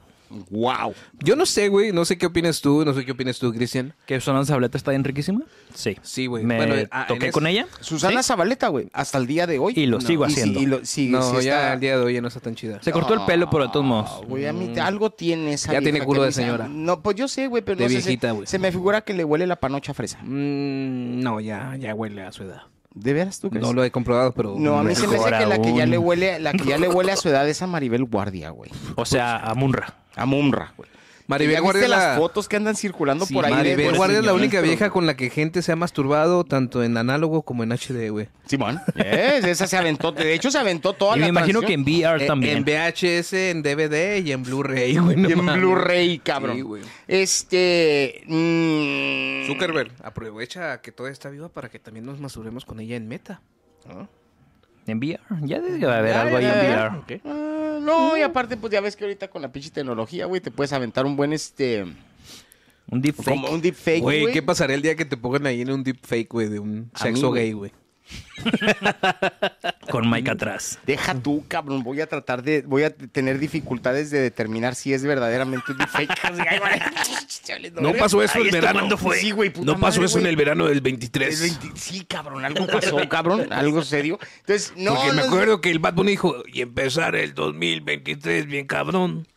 Wow.
Yo no sé, güey, no sé qué opinas tú, no sé qué opinas tú, Cristian.
¿Que Susana Sableta está bien riquísima? Sí.
Sí, güey.
Me
Bueno, eh, ah, en
toqué
es-
con ella.
Susana Zabaleta, güey, hasta el día de hoy.
Y lo sigo
sí-
haciendo.
Y lo, sí,
no,
sí
ya
está-
al día de hoy ya no está tan chida.
Se cortó el pelo, pero de todos
Ah,
modos.
Güey, a mí te- algo tiene esa
Ya
vieja
tiene
que
culo
a
de
mí se-
señora.
No, pues yo sé, güey, pero
De
no sé,
viejita,
se,
güey.
se me figura que le huele la panocha a fresa.
Mm, no, ya, ya huele a su edad.
¿De veras tú crees?
No lo he comprobado, pero.
No, a mí se me hace que la que ya
aún.
le huele, la que ya le huele a su edad es a Maribel Guardia, güey.
O sea, a Munra.
A Mumra, güey.
Maribel
¿Ya
Guardia
viste
es la.
las fotos que andan circulando
Sí,
por ahí. de-
Maribel
por
Guardia es la
señores,
única
pero-
vieja con la que gente se ha masturbado tanto en análogo como en HD, güey.
Simón. Yes, esa se aventó. De hecho, se aventó toda
Y
la
me imagino que en
transición.
VR
Eh,
también.
En VHS, en DVD y en Blu-ray, güey. no
Y en
mames.
Blu-ray, cabrón.
Sí, güey.
este. mm,
Zuckerberg, aprovecha que todavía está viva para que también nos masturbemos con ella en meta.
En VR. Ya debe haber
Ya,
algo ahí en
ya, ya.
VR.
Ah, no, y aparte, pues ya ves que ahorita con la pinche tecnología, güey, te puedes aventar un buen este.
Un deepfake.
Como un deepfake, güey.
Güey, ¿qué pasaría el día que te pongan ahí en un deepfake, güey, de un
A
sexo
mí,
gay, güey?
Con Mike atrás.
Deja tú, cabrón. Voy a tratar de. Voy a tener dificultades de determinar si es verdaderamente un deepfake. Así, ay, güey, valiendo
No
verga.
pasó eso
Ay,
el
¿esto
verano.
cuándo fue? Sí, güey, puta
No pasó
madre,
eso en
güey.
el verano del 23.
Es 20 Sí, cabrón, algo pasó, cabrón, algo serio. Entonces, no,
Porque me
no-
acuerdo que el Bad Bunny dijo, y empezar el 2023 bien cabrón.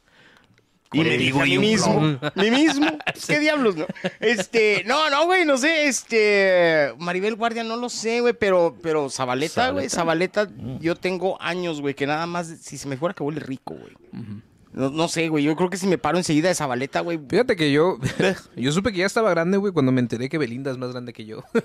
Y me digo a mí mismo, mí mismo, pues, qué diablos, ¿no? Este, no, no, güey, no sé, este, Maribel Guardia, no lo sé, güey, pero, pero Zabaleta, güey, Zabaleta,
Mm.
yo tengo años, güey, que nada más, si se me fuera que huele rico, güey. No, no sé, güey, yo creo que si me paro enseguida de Zabaleta, güey,
Fíjate que yo, yo supe que ya estaba grande, güey, cuando me enteré que Belinda es más grande que yo.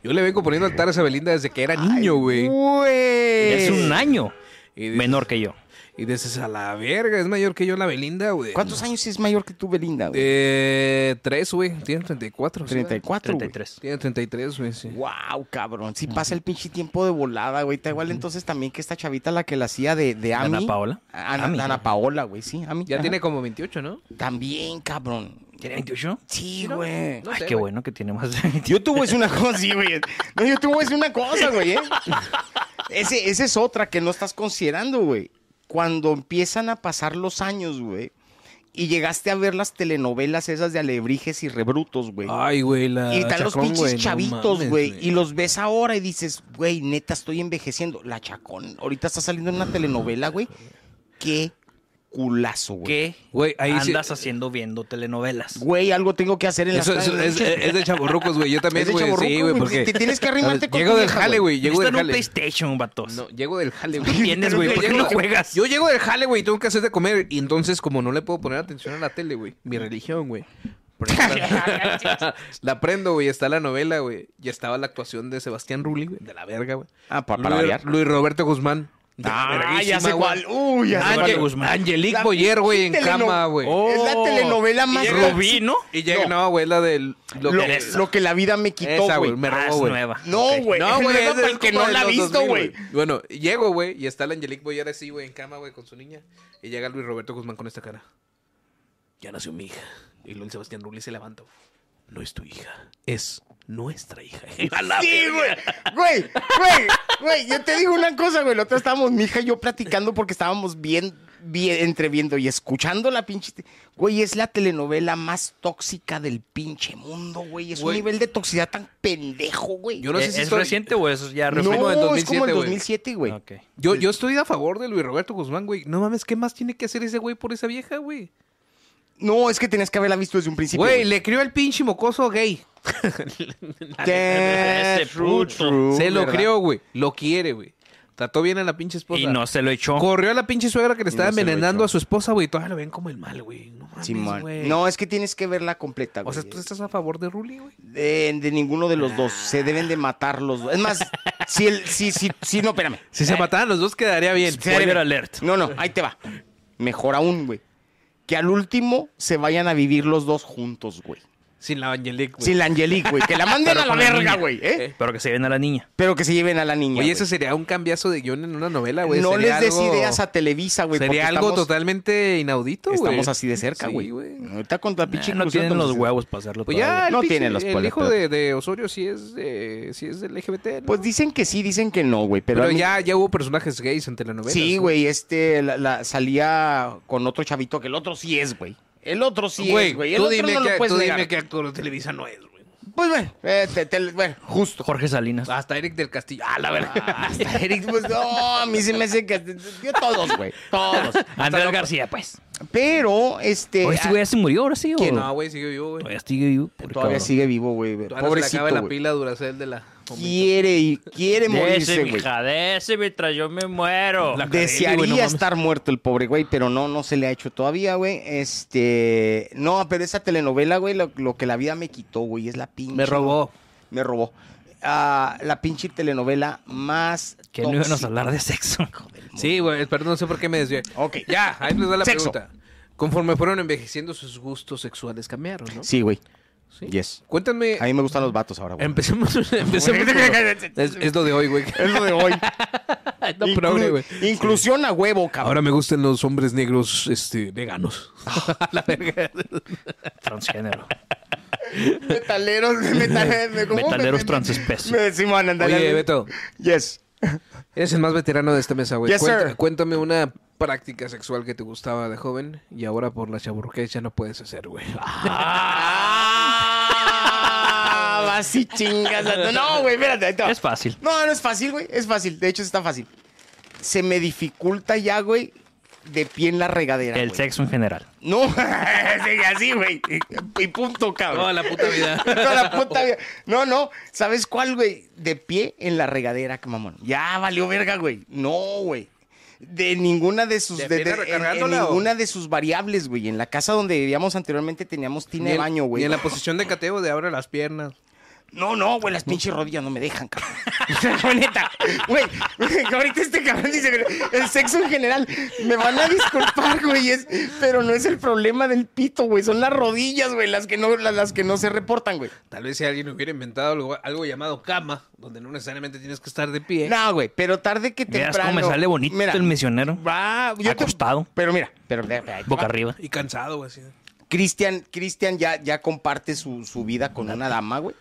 Yo le vengo poniendo altares a Belinda desde que era niño, güey.
Es
Güey.
un año
Eh. Y dices-
menor que yo.
Y dices, a la verga, es mayor que yo la Belinda, güey.
¿Cuántos años es mayor que tú, Belinda? güey?
Eh, tres, güey. Tiene 34.
pues,
¿sí?
34, güey.
33.
Tiene 33, güey, sí.
Wow, cabrón. Si pasa el pinche tiempo de volada, güey. Está igual entonces también que esta chavita la que la hacía de, de Ami.
Ana Paola.
Ana,
Ami.
Ana Paola, güey, sí, Ami.
Ya
Ajá.
tiene como 28, ¿no?
También, cabrón.
¿Tiene 28?
Sí, güey.
No
Ay,
sé,
qué
güey.
bueno que tiene más de 28.
Yo tuve es una cosa, sí, güey. No, yo tuve es una cosa, güey, ¿eh? Ese, esa es otra que no estás considerando, güey. Cuando empiezan a pasar los años, güey, y llegaste a ver las telenovelas esas de alebrijes y rebrutos, güey.
Ay, güey, la.
Y están los
Ah, Chacón,
pinches
güey, no
chavitos,
mames,
güey. y los ves ahora y dices, güey, neta, estoy envejeciendo. La Chacón, ahorita está saliendo en una telenovela, güey. Qué culazo, güey.
¿Qué
Güey, ahí sí-
andas haciendo viendo telenovelas?
Güey, algo tengo que hacer en la
Eso, eso es, es de chaborrucos, güey. Yo también,
Es de
güey.
chavorruco,
Sí, güey,
güey,
porque.
te tienes que arrimarte con
Llego
tu
del
vieja,
jale, güey. Llego
Está
del
en un
jale.
PlayStation, vatos.
No, llego del jale,
¿Qué tienes, güey? ¿Por qué no juegas?
Yo llego del jale, güey, y tengo que hacer de comer. Y entonces, como no le puedo poner atención a la tele, güey. Mi religión, güey. Por eso La la prendo, güey. Está la novela, güey. Y estaba la actuación de Sebastián Rulli, güey. De la verga, güey.
Ah, pa- para
Luis,
variar.
Luis Roberto Guzmán. De la
Ah,
verguísima,
ya sé
güey.
cuál. Uy, ya
Ángel-
sé cuál.
Ange-
Roberto Guzmán.
Angelique
La
Boyer, güey, en
pinche Oh, teleno-
cama, güey.
Es
Oh,
la telenovela más
Y
tóxica.
Rubí, ¿no?
Y llega, no, güey, la del.
Lo,
que-
lo que la vida me quitó,
Esa,
güey.
güey. Me
Ah,
robó,
es
güey.
nueva.
No, güey.
No, güey, es
es
del
el que
Copa
no
de
la ha
los
visto,
2000,
güey.
Bueno, llego, güey, y está la Angelique Boyer así, güey, en cama, güey, con su niña. Y llega Luis Roberto Guzmán con esta cara. Ya nació mi hija. Y luego el Sebastián Rulli se levanta. No es tu hija, es nuestra hija. A la
Sí,
verga.
güey. Güey, güey, güey. Yo te digo una cosa, güey. La otra estábamos mi hija y yo platicando porque estábamos bien, bien entreviendo y escuchando la pinche. te- Güey, es la telenovela más tóxica del pinche mundo, güey. Es un
Güey.
nivel de toxicidad tan pendejo, güey.
Yo no sé
¿Es,
si
es
estoy-
reciente o es ya
No,
reflejo
del
es como
2007,
el
güey.
2007, güey.
Ok.
Yo, yo estoy a favor de Luis Roberto Guzmán, güey. No mames, ¿qué más tiene que hacer ese güey por esa vieja, güey?
No, es que tenías que haberla visto desde un principio.
Güey, le crió al pinche mocoso gay.
Te-
Ese
true,
puto.
true,
se lo
¿verdad?
crió, güey. Lo quiere, güey. Trató bien a la pinche esposa.
Y no se lo echó.
Corrió a la pinche suegra que le estaba
no se lo
envenenando
echó.
a su esposa, güey. y Todavía lo ven como el mal, güey. No mames,
Simón.
güey.
No, es que tienes que verla completa,
O
güey.
sea, ¿tú estás a favor de Ruli, güey?
De, de ninguno de los dos.
Ah.
Se deben de matar los dos. Es más, si el, si, si, si, no, espérame.
Si se mataran los dos quedaría bien.
Spoiler alert.
No, no, ahí te va. Mejor aún, güey. Que al último se vayan a vivir los dos juntos, güey.
Sin la Angelique, güey.
Sin la Angelique, güey. Que la manden
Pero
a la
con la
verga,
niña.
güey. ¿eh?
Pero que se viene a la niña.
Pero que se lleven a la niña.
Oye,
güey.
ese sería un cambiazo de guión en una novela, güey.
no les
Sería
des
algo-
ideas a Televisa, güey. porque
Sería algo
estamos-
totalmente inaudito, güey.
Estamos así de cerca,
Sí,
güey. Ahorita con la pinche
Ah, no
inclusión
tienen los
estamos-
huevos para hacerlo
Pues ya, el
No
pinche-
tiene los
El
spoilers,
hijo
pero-
de, de Osorio sí es, eh, sí es del LGBT, ¿no?
Pues dicen que sí, dicen que no, güey. Pero,
Pero
a mí-
ya, ya hubo personajes gays en telenovelas.
Sí,
¿no?
güey, este la, la- salía con otro chavito que el otro sí es, güey. El otro sí es, güey. El
tú
otro
dime
no lo
que,
puedes
tú dime
negar.
que actor de Televisa no es, güey.
Pues bueno, eh, te- te- bueno, justo.
Jorge Salinas.
Hasta Eric del Castillo. Ah, la verdad.
Hasta Eric, pues no, a mí se me hace que yo todos, güey, todos.
Andrés García, pues.
Pero este
Oye, este güey ya se murió ahora sí, o...
Que no, güey, sigue vivo, güey.
Todavía sigue vivo, pobre
todavía
cabrón.
sigue vivo, güey.
Ahora se le
Pobrecito,
acaba la
güey.
pila Duracell de la...
Quiere y quiere
De ese,
morirse, güey.
mija, de ese mientras yo me muero.
Desearía estar muerto el pobre güey, pero no, no se le ha hecho todavía, güey. Este, no, pero esa telenovela, güey, lo, lo que la vida me quitó, güey, es la pinche.
Me robó.
Me robó. Ah, la pinche telenovela más.
Que no íbamos a
tóxica.
hablar de sexo.
Sí, güey, perdón, no sé por qué me desvié.
Ok.
Ya, ahí les da la
Sexo.
pregunta. Conforme fueron envejeciendo, sus gustos sexuales cambiaron, ¿no?
Sí, güey.
Sí.
Yes.
Cuéntame.
A mí me gustan los vatos ahora, güey.
Empecemos. empecemos con- es, es lo de hoy, güey.
Es lo de hoy.
No,
Inclu-
progre, güey.
Inclusión a huevo, cabrón.
Ahora me gustan los hombres negros este, veganos.
Ah.
la verga.
Transgénero.
metaleros, metaleros, ¿cómo me-
Metaleros
me-
transespecies.
Me decimos, ándale.
Oye,
ándale.
Beto,
Yes.
eres el más veterano de esta mesa, güey.
Yes,
Cuenta-
sir.
Cuéntame una práctica sexual que te gustaba de joven y ahora por la chaburqués ya no puedes hacer, güey.
Ah, vas y chingas. a- No, güey, espérate. ahí te va.
Es fácil.
No, no es fácil, güey. Es fácil. De hecho, está fácil. Se me dificulta ya, güey, de pie en la regadera.
El
güey.
sexo en general.
No, sí, así, güey. Y punto, cabrón.
Toda la puta vida.
Toda la puta vida. No, no. ¿Sabes cuál, güey? De pie en la regadera, mamón. Ya valió verga, güey. No, güey. De ninguna de sus
¿De
de-
pie
de- en- en,
recargándola o?
ninguna de sus variables, güey. En la casa donde vivíamos anteriormente teníamos tina de
en-
baño, güey.
Ni en la posición de cateo de abre las piernas.
No, no, güey, las pinches rodillas no me dejan, cabrón. La neta, güey, ahorita este cabrón dice que el sexo en general, me van a disculpar, güey, es- pero no es el problema del pito, güey, son las rodillas, güey, las que no, las, las que no se reportan, güey.
Tal vez si alguien hubiera inventado algo, algo llamado cama, donde no necesariamente tienes que estar de pie.
No, güey, pero tarde que
Veas
temprano.
cómo me sale bonito
Mira,
el misionero.
va, yo te- Ah,
Acostado,
Pero mira, pero de- de- ahí te
boca
va.
arriba.
Y cansado, así.
Cristian, Cristian ya, ya comparte su, su vida con una dama, güey.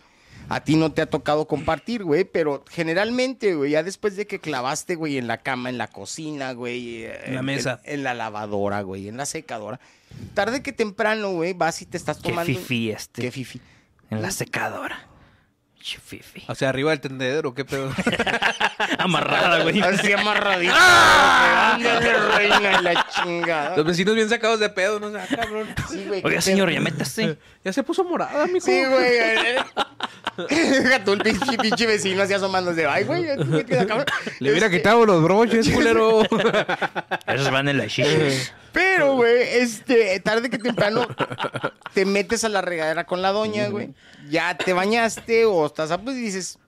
A ti no te ha tocado compartir, güey, pero generalmente, güey, ya después de que clavaste, güey, en la cama, en la cocina, güey. eh,
En la mesa.
En, en la lavadora, güey, en la secadora. Tarde que temprano, güey, vas y te estás
Qué
tomando.
fifí este.
Qué Mm. fifi.
En la secadora. Che, Fifi.
O sea, arriba del tendedero, qué pedo.
Ah,
Amarrada, güey.
Así amarradito. güey, ándale, reina de la chingada.
Los vecinos bien sacados de pedo, no sé, ah, cabrón.
Sí, güey, qué
Oiga, señor, ya métase.
Ya ¡Uh! se puso morada, mijo.
Sí, güey. eh, eh. Deja tú el pinche, pinche vecino así asomándose. Ay, güey, ¿qué queda, cabrón?
Le hubiera
Este,
quitado los broches, culero.
Esos van en la shisha.
Pero, güey, este, tarde que temprano te metes a la regadera con la doña, güey. Ya te bañaste o estás a, pues y dices,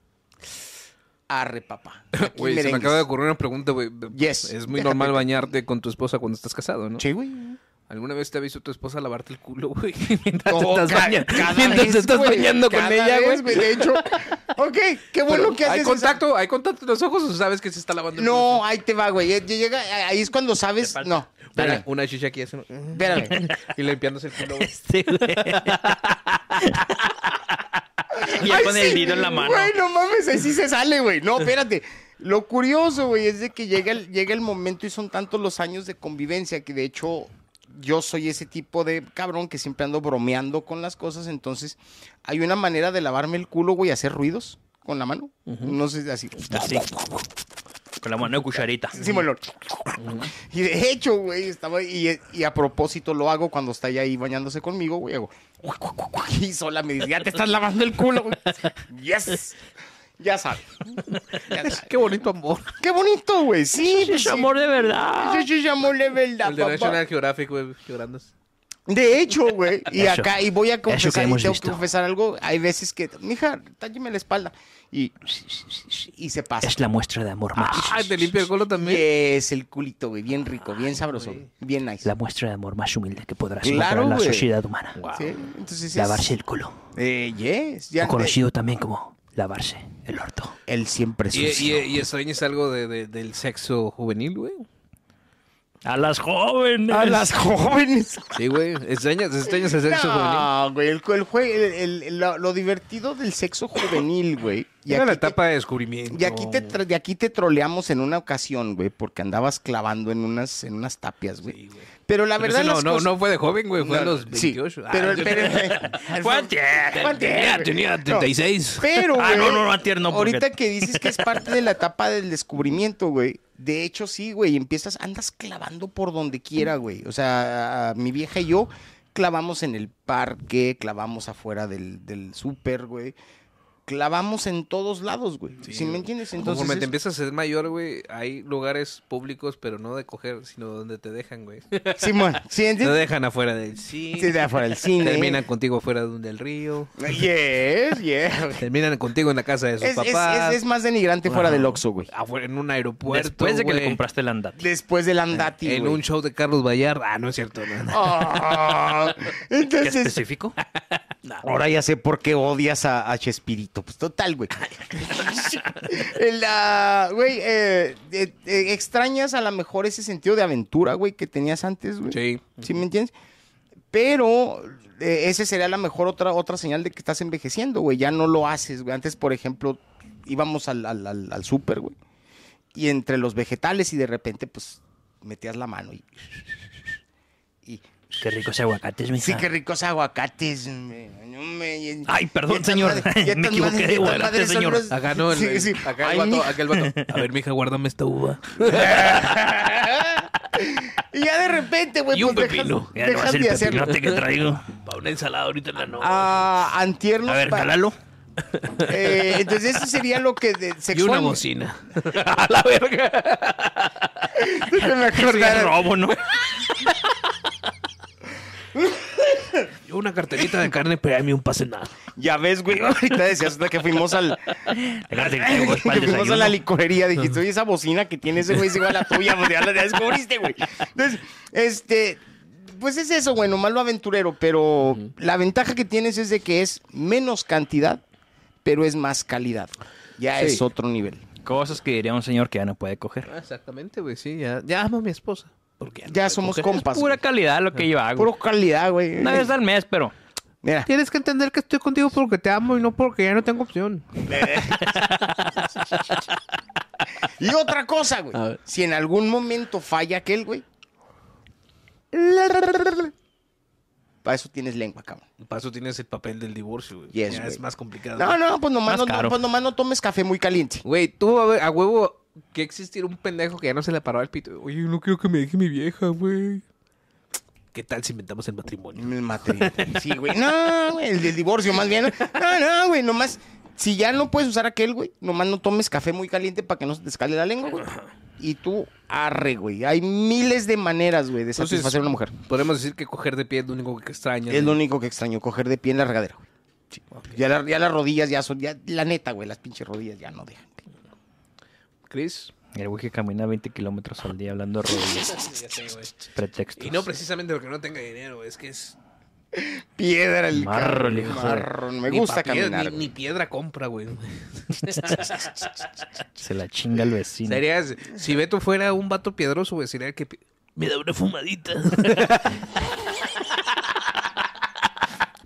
arre, papá. aquí
Güey, se me
merengues".
acaba de ocurrir una pregunta, güey.
Yes.
Es muy
Déjate.
normal bañarte con tu esposa cuando estás casado, ¿no?
Sí, güey.
¿Alguna vez te ha visto tu esposa lavarte el culo, güey? Mientras
No,
te estás,
ca-
bañando-
cada
mientras te
vez,
estás
güey,
bañando con
cada
ella,
vez,
güey.
De hecho, ok, qué bueno
Pero,
que haces
¿Hay
esa-
contacto? ¿Hay contacto en los ojos o sabes que se está lavando el
No, ahí te va, güey. eh, Llega, ahí es cuando sabes. No,
culo?
espérame,
Una, una chicha aquí haciendo- "Mm".
espérame.
y limpiándose el culo, güey.
Este, güey. Ya
Ay,
con el
sí,
dedo en la mano.
Güey, no mames, ahí sí se sale, güey. No, espérate. Lo curioso, güey, es de que llega el, llega el momento y son tantos los años de convivencia que de hecho yo soy ese tipo de cabrón que siempre ando bromeando con las cosas. Entonces, hay una manera de lavarme el culo, güey, hacer ruidos con la mano. No sé, así.
Así. Con la mano de cucharita.
Sí, bueno. Y de hecho, güey, estaba y, y a propósito lo hago cuando está ella ahí bañándose conmigo, güey. hago Y sola me dice, ya te estás lavando el culo, güey. Yes. Ya sabes. Ya sabes.
Qué bonito amor.
Qué bonito, güey. Sí, pues,
Es
sí.
amor de verdad.
Sí, sí, sí, amor de verdad,
El de
papá.
National Geographic, güey, llorando.
De hecho, güey, y
Eso.
acá, y voy a
que
confesar, y tengo
hemos
que
visto.
confesar algo. Hay veces que, mija, tálleme la espalda. Y, y se pasa.
Es la muestra de amor más.
Ah,
Ay, te limpia el culo también.
Es el culito, güey. Bien rico, bien sabroso, bien nice.
La muestra de amor más humilde que podrás
Claro,
encontrar en la
güey.
sociedad humana.
Sí, entonces es-
Lavarse el culo.
Eh, yes. Ya,
O conocido también como lavarse el orto.
Él siempre
Y,
sucio.
y- y extrañas algo de- de- del sexo juvenil, güey.
A las jóvenes.
A las jóvenes.
Sí, güey. Extrañas, extrañas Este el sexo juvenil.
No, güey. El, el jue- el- el- el- lo, lo divertido del sexo juvenil, güey. Y
Era la
aquí te-
etapa de descubrimiento.
Y aquí te, tra- de aquí te troleamos en una ocasión, güey, porque andabas clavando en unas, en unas tapias, güey. Pero la
Pero
verdad
ese no,
las
no,
cosas-
no fue de joven, güey. Fue a
No,
los
sí,
28. Ah,
pero,
yo-
pero-
Cuántier.
tenía, tenía 36.
Pero,
Ah,
güey,
no, no, no, antier no, porque-
ahorita que dices que es parte de la etapa del descubrimiento, güey. De hecho, sí, güey. Empiezas, andas clavando por donde quiera, güey. O sea, mi vieja y yo clavamos en el parque, clavamos afuera del, del súper, güey. Clavamos en todos lados, güey. Si me entiendes? Entonces.
Conforme
es-
te empiezas a ser mayor, güey, hay lugares públicos, pero no de coger, sino donde te dejan, güey.
Simón, ¿sí
Te
entiendes?
dejan afuera del cine.
Sí, de afuera del cine.
Terminan contigo afuera de un- del río.
Yes, yeah. güey.
Terminan contigo en la casa de sus
Es, es-
papás.
es- es más denigrante fuera del Oxxo, güey.
afuera en un aeropuerto.
Después de que le
güey.
compraste el andate.
Después del andati,
En
güey.
un show de Carlos Vallar. Ah, no es cierto. no, no.
Ah,
¿Qué
este
entonces, ah,
específico?
Ahora ya sé por qué odias a, a Chespirito. Pues total, güey. El, ah, güey, eh, eh, eh, extrañas a lo mejor ese sentido de aventura, güey, que tenías antes, güey.
Sí.
¿Sí me entiendes? Pero eh, ese sería la mejor otra, otra señal de que estás envejeciendo, güey. Ya no lo haces, güey. Antes, por ejemplo, íbamos al, al, al- al súper, güey. Y entre los vegetales y de repente, pues, metías la mano y... y
Qué rico ese aguacate, es mi
Sí, qué ricos aguacates. me- no me-
Ay, perdón,
y estas
señor.
madres- y estas
Me equivoqué de
madres- estas
aguacate,
madres son
señor.
los-
Acá no. el-
Sí, sí.
Acá el
Ay,
vato,
mija.
acá el vato. A ver, mija, guárdame esta uva.
Y ya de repente, güey,
Y un
pues dejas-
pepino. Mira, le voy a
dejas
hacer
de
el
hacerlo.
pepinote que traigo.
Para una ensalada ahorita en la noche.
Ah, antier nos
A ver,
pa-
jalalo.
eh, entonces eso sería lo que de,
y una
sexual.
bocina. a la verga.
Déjame
Es
acordar.
robo, ¿no?
una carterita de carne premium, pase nada.
Ya ves, güey, ahorita decías hasta que fuimos al
Déjate que
que
voy pa'l
fuimos a la
desayuno.
licorería, dijiste, oye, esa bocina que tiene ese güey es igual a la tuya, pues ya la ya descubriste, güey. Entonces, este, pues es eso, güey, nomás lo aventurero, pero la ventaja que tienes es de que es menos cantidad, pero es más calidad. Ya
Sí.
es otro nivel.
Cosas que diría un señor que ya no puede coger.
Ah, Exactamente, güey, sí, ya, ya amo a mi esposa. Porque
Ya somos compas.
Pura
Pura,
calidad lo que yo hago.
puro calidad, güey.
Una vez al mes, pero.
Mira,
Tienes que entender que estoy contigo porque te amo y no porque ya no tengo opción.
y otra cosa, güey.
A ver.
Si en algún momento falla aquel, güey. Para eso tienes lengua, cabrón.
Para eso tienes el papel del divorcio, güey.
Yes,
ya
güey.
es más complicado.
No, no, pues nomás
Más
no,
caro.
pues nomás no tomes café muy caliente.
Güey, tú a, ver, a huevo que existir un pendejo que ya no se le paró al pito. Oye, no quiero que me deje mi vieja, güey. ¿Qué tal si inventamos el matrimonio?
El material. Sí, güey. No, güey, el del divorcio, más bien. No, no, güey, nomás. Si ya no puedes usar aquel, güey, nomás no tomes café muy caliente para que no se te escale la lengua, güey. Y tú, arre, güey. Hay miles de maneras, güey, de
Entonces,
satisfacer a una mujer.
Podemos decir que coger de pie es lo único que extrañas.
Es lo
güey.
único que extraño, coger de pie en la regadera, güey. ya, la- ya las rodillas ya son, ya, la neta, güey, las pinches rodillas ya no dejan.
Chris.
El güey que camina 20 kilómetros al día hablando de rodillas. Pretextos.
Y no precisamente porque no tenga dinero, güey, es que es...
Piedra el
Marro,
carro,
el hijo de-
marrón. Me
ni
gusta
pa' piedra-
caminar.
Ni,
güey.
ni piedra compra, güey.
Se la chinga el vecino.
Serías, si Beto fuera un vato piedroso, güey, sería el que... pi- Me da una fumadita.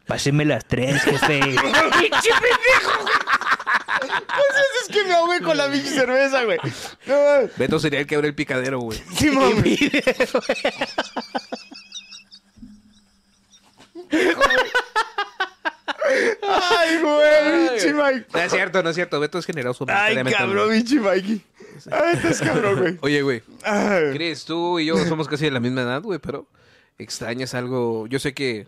Páseme las tres, jefe.
Pues es que me ahogué con la pinche cerveza, güey. No, mames.
Beto sería el que abre el picadero, güey.
Sí, mami. Ay, güey, pinche Mike.
No es cierto, no es cierto. Beto es generoso.
Ay,
monetariamente,
cabrón,
güey.
pinche Mikey. Ay, estás cabrón, güey.
Oye, güey.
Ay.
Chris, tú y yo somos casi de la misma edad, güey, pero extrañas algo. Yo sé que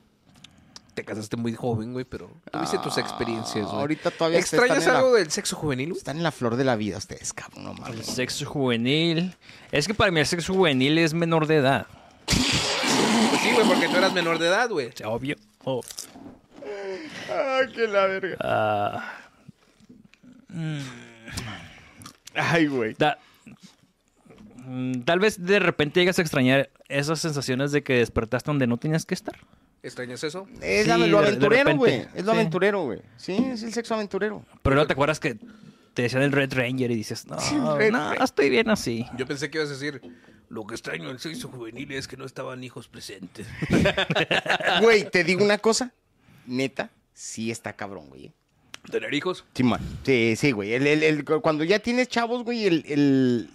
te casaste muy joven, güey, pero tuviste tus experiencias, güey.
Ah, ahorita todavía ustedes
¿Extrañas
están en
algo
la-
del sexo juvenil? güey?
Están en la flor de la vida ustedes, cabrón, no
El
mames.
sexo juvenil. Es que para mí el sexo juvenil es menor de edad.
Pues sí, güey, porque tú eras menor de edad, güey.
O sea, Obvio. Oh.
Ay, qué la verga.
Ah, Mm.
Ay, güey.
da- Mm, tal vez de repente llegas a extrañar esas sensaciones de que despertaste donde no tenías que estar.
¿Extrañas eso?
Es
Sí,
la-
de-
lo
de
aventurero,
repente.
güey. Es lo
Sí.
aventurero, güey. Sí, es el sexo aventurero.
Pero no te acuerdas que te decían el Red Ranger y dices, no,
Red
no, estoy bien así.
Yo pensé que ibas a decir, lo que extraño del sexo juvenil es que no estaban hijos presentes.
Güey, te digo una cosa. Neta, sí está cabrón, güey.
¿Tener hijos?
Sí, man. Sí, sí, güey. El, el- el- cuando ya tienes chavos, güey, el, el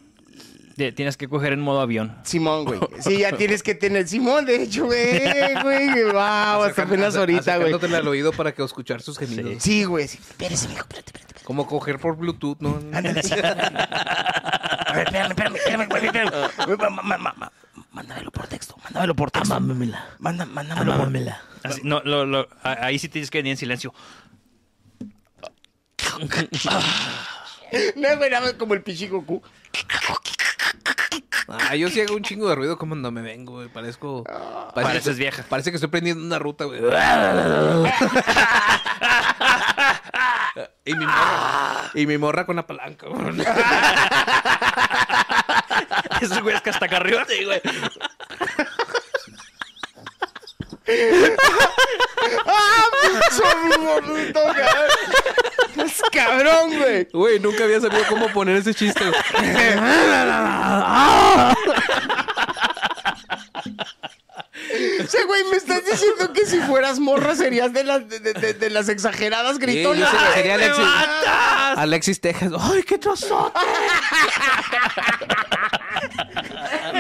Te- Tienes que coger en modo avión.
Simón, güey. Sí, ya tienes que tener Simón, de hecho, güey, güey. Wow, hasta apenas
Acercán-
ahorita, güey.
acercándotele al oído para que escuchar sus gemidos.
Sí, güey. Sí. Espérese, mijo, espérate, espérate. espérate.
Como coger por Bluetooth, ¿no?
Ándale, sí. A ver, espérame, espérame, espérame, güey, espérame. Ma- ma- ma- ma- ma- Mándamelo por texto, mándamelo por texto. Mámamela. Manda, mándamelo por
Así, no, lo- lo- a- ahí sí tienes que venir en silencio.
No, güey, nada más como el pichi Goku.
Ah, yo sí hago un chingo de ruido como cuando me vengo, güey. Parezco. parece
Pareces
que-
vieja.
Parece que estoy prendiendo una ruta, güey. y, mi morra, y mi morra con la palanca, güey.
Esos güeyes que hasta acá arriba, sí, güey.
Son un gordito, cabrón. Es cabrón, güey.
Güey, nunca había sabido cómo poner ese chiste, güey.
Ese güey me estás diciendo que si fueras morra serías de las, de, de- de- de las exageradas
Sí, yo
gritonas.
se lo sería
Ay,
Alexis. Alexis Texas. ¡Ay, qué trozo!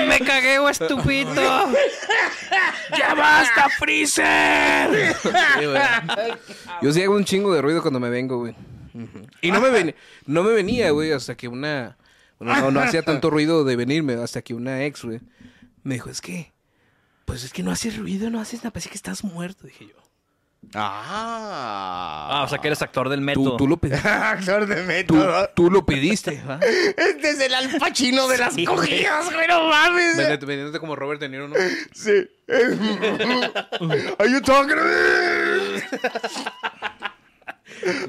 Me cagué, güey, estupito. ¡Ya basta, Freezer!
Sí, güey. Yo sí hago un chingo de ruido cuando me vengo, güey. Y no me, ven- no me venía, güey, hasta que una... Bueno, no, no hacía tanto ruido de venirme, hasta que una ex, güey, me dijo, es que... Pues es que no haces ruido, no haces nada, parece que estás muerto, dije yo.
Ah, o sea que eres actor del método.
Tú, tú, lo, pe-
Actor de
tú,
método.
tú lo pediste, ¿va?
Este es el alpachino de las cogidas, güey, no mames.
Vendiéndote como Robert De Niro, ¿no?
Sí. Are you talking to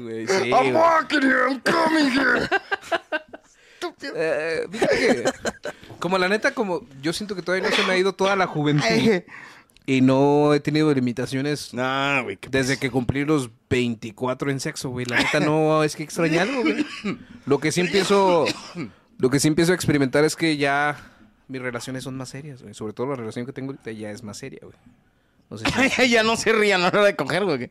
me?
Güey, sí, güey.
I'm walking here, I'm coming here.
Eh, fíjate que, como la neta, como yo siento que todavía no se me ha ido toda la juventud y no he tenido limitaciones
No, güey. ¿qué
desde que cumplí los 24 en sexo, güey. La neta no es que extrañe algo, güey. Lo que sí empiezo, lo que sí empiezo a experimentar es que ya mis relaciones son más serias, güey. Sobre todo la relación que tengo ahorita ya es más seria, güey. No sé si-
pasa? ya no se rían a la hora de coger, güey.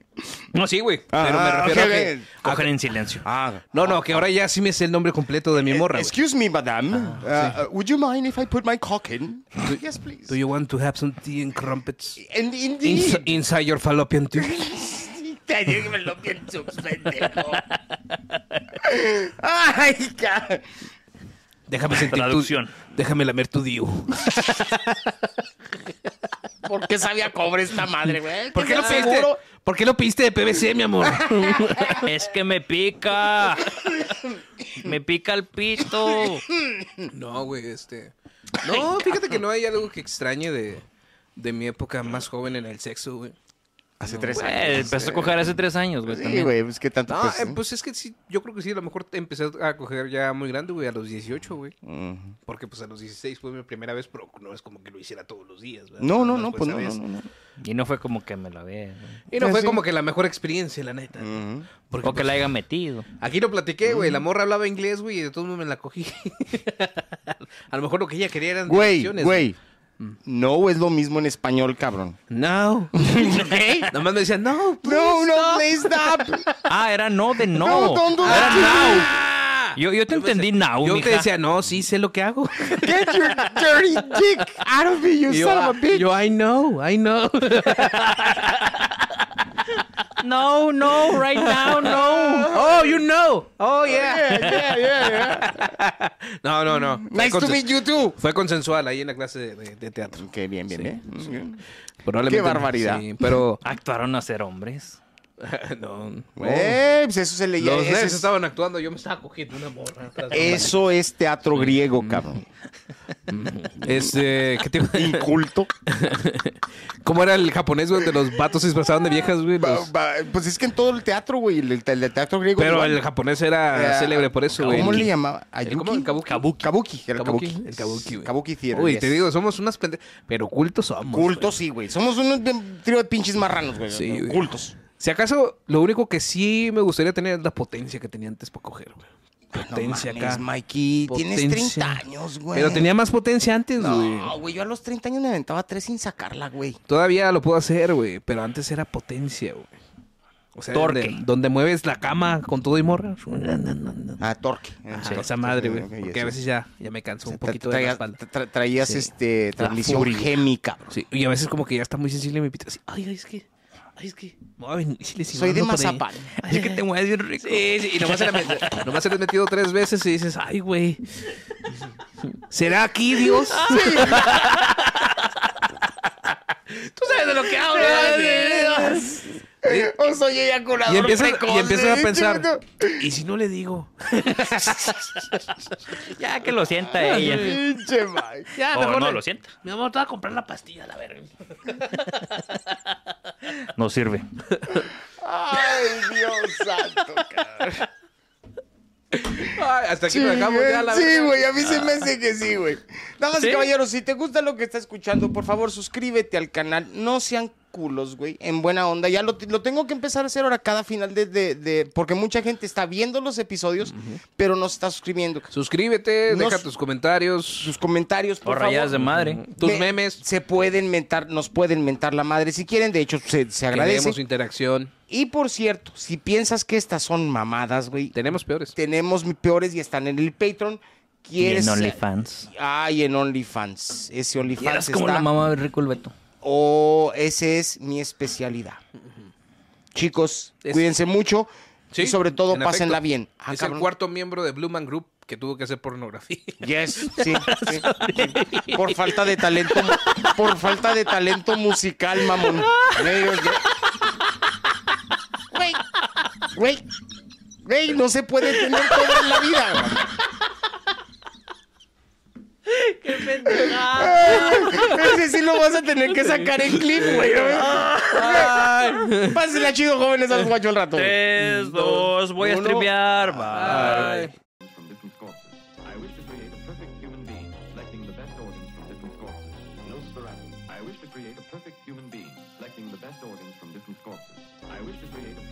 No, sí, güey.
Ah,
pero me
ah,
refiero
ok,
a que...
ok.
Cogen en silencio.
Ah,
No, no, que ahora ya sí me sé el nombre completo de mi morra, güey. Ah,
Excuse me, madame. Uh, uh, would you mind if I put my cock in? yes, please.
Do you want to have some tea and crumpets?
And indeed.
Ins- inside your fallopian tube.
Te digo que me lo pienso, pendejo. Ay, ca-
Déjame sentir tu...
Traducción.
Déjame lamer tu dio.
¿Por qué sabía cobre esta madre, güey? ¿Por qué lo
pediste?
seguro?
¿Por qué lo pediste de PVC, mi amor?
Es que me pica. Me pica el pito.
No, güey, este... No, fíjate que no hay algo que extrañe de, de mi época más joven en el sexo, güey.
Hace tres
Güey, empezó a coger hace tres años, güey.
Sí,
también.
güey, pues qué tanto.
No,
pues,
eh, pues es que sí, yo creo que sí, a lo mejor te empecé a coger ya muy grande, güey, a los 18, güey.
Ujú.
Porque pues a los 16 fue mi primera vez, pero no es como que lo hiciera todos los días, ¿verdad?
No, no,
Nada más
no,
fue
pues
esa
no,
vez.
no, no, no.
Y no fue como que me la ve. güey.
Y no fue
Sí.
como que la mejor experiencia, la neta.
Ujú.
Porque,
O que
pues,
la haya metido.
Aquí lo platiqué, güey. La morra hablaba inglés, güey, y de todos modos me la cogí. a lo mejor lo que ella quería eran
Güey,
direcciones,
güey. Mm. No es lo mismo en español, cabrón.
No.
¿Eh?
Nada más me decían, no,
No, no, please stop.
Ah, era no de no.
No, don't do
era now.
Ah.
Yo, yo te entendí now,
Yo
mija.
te decía, no, sí, sé lo que hago.
Get your dirty dick out of me, you
Y yo,
son
ah,
of a bitch.
yo, I know, I know.
No, no, right now, no.
Oh, you know. Oh, yeah.
Yeah, yeah, yeah.
No, no, no. Fue
Nice to
consen-
meet you too.
Fue consensual ahí en la clase de, de- de teatro.
Ok, bien, bien, bien. Mm,
Probablemente-
Qué barbaridad.
Sí, pero.
Actuaron a ser hombres.
no.
Güey, pues eso se le
Los
ese
nerds
es-
estaban actuando, yo me estaba cogiendo una morra. atrás de la
Eso es teatro griego, cabrón.
máquina. Este, ¿qué te iba a decir?
Inculto.
¿Cómo era el japonés donde los vatos se disfrazaban de viejas, güey?
Ba-
Los-
ba- Pues es que en todo el teatro, güey, el, el- el teatro griego.
Pero
igual.
el japonés era
Eh,
célebre por eso, güey.
¿Cómo
El-
le llamaba?
el- ¿cómo?
¿Ayuki?
¿El Kabuki.
Kabuki, era el
Kabuki,
Kabuki.
el Kabuki, güey.
Kabuki Theater,
Uy,
yes.
te digo, somos unas pendejas. Pero cultos somos.
Cultos, sí, güey. Somos un un trío de pinches marranos, güey.
Sí, güey.
Cultos.
güey. Si acaso, lo único que sí me gustaría tener es la potencia que tenía antes para coger, güey. Potencia
No
acá.
mames, Mikey, tienes
Potencia.
30 años, güey.
Pero tenía más potencia antes, güey.
No, güey, yo a los 30 años me aventaba tres sin sacarla, güey.
Todavía lo puedo hacer, güey. Pero antes era potencia, güey. O sea,
Torque.
Donde, donde mueves la cama con todo y morra.
Ah, torque.
Ah, esa madre, güey. Porque a veces ya, ya me canso un poquito de la
traías,
espalda.
tra- traías
Sí.
este transmisión
furia.
gémica. bro.
Sí, y a veces como que ya está muy sensible mi pito. Así, ay, ay, es que, ay, es que, me voy a venir, si le sigo
Soy de
dando por ahí.
mazapán.
Ay, es que te mueves bien rico. Sí, sí, y nomás se, la met- nomás se la has metido tres veces y dices, ay, güey, ¿será aquí Dios? Tú sabes de lo que hablo. ¿verdad?
Oh, soy eyaculador
Y empiezas,
precoz,
y empiezas a
güey.
pensar, ¿y si no le digo?
Ya que lo sienta ella.
Pinche Mike.
Ya,
O
mejor
no
le-
lo sienta.
Mi amor, te voy a comprar la pastilla, la verga.
No sirve.
Ay, Dios santo. cabrón.
Ay, hasta aquí
Sí,
lo dejamos ya, la Ah.
sí,
verdad.
güey, a mí se me hace que sí, güey. Damas y caballeros, si te gusta lo que estás escuchando, por favor, suscríbete al canal. No sean culos, güey, en buena onda. Ya lo, lo tengo que empezar a hacer ahora cada final de, de- de- Porque mucha gente está viendo los episodios, pero no se está suscribiendo.
Suscríbete,
Nos-
deja tus comentarios,
Sus comentarios,
O
por favor.
rayadas de madre.
tus
Me-
memes.
Se pueden mentar, nos pueden mentar la madre si quieren. De hecho, se, se
Tenemos
agradece.
interacción.
Y por cierto, si piensas que estas son mamadas, güey,
Tenemos peores.
tenemos mi peores y están en el Patreon.
Y
¿Quieres?
en OnlyFans.
Ay, en OnlyFans. Ese OnlyFans
Vieras
está.
como la mamá de Rico el Beto.
O ese es mi especialidad. Chicos,
Es-
cuídense mucho
Sí,
y sobre todo
en
pásenla
efecto.
bien. Ah,
es
cabrón.
el cuarto miembro de Blue Man Group que tuvo que hacer pornografía.
Yes, sí, sí. Por falta de talento, por falta de talento musical, mamón. Güey, oye. Güey, güey, güey, no se puede tener todo en la vida. güey. Ay, Ese sí lo vas a tener que sacar el clip, güey. Pásenla chido, jóvenes, al guacho el rato. güey.
Tres, dos, voy a
uno.
streamear. Bye.
from different corpses. I wish to create a perfect human being, selecting the best organs from different corpses. Nosferatu. I wish to create a perfect human being, selecting the best organs from different corpses. I wish to create a perfect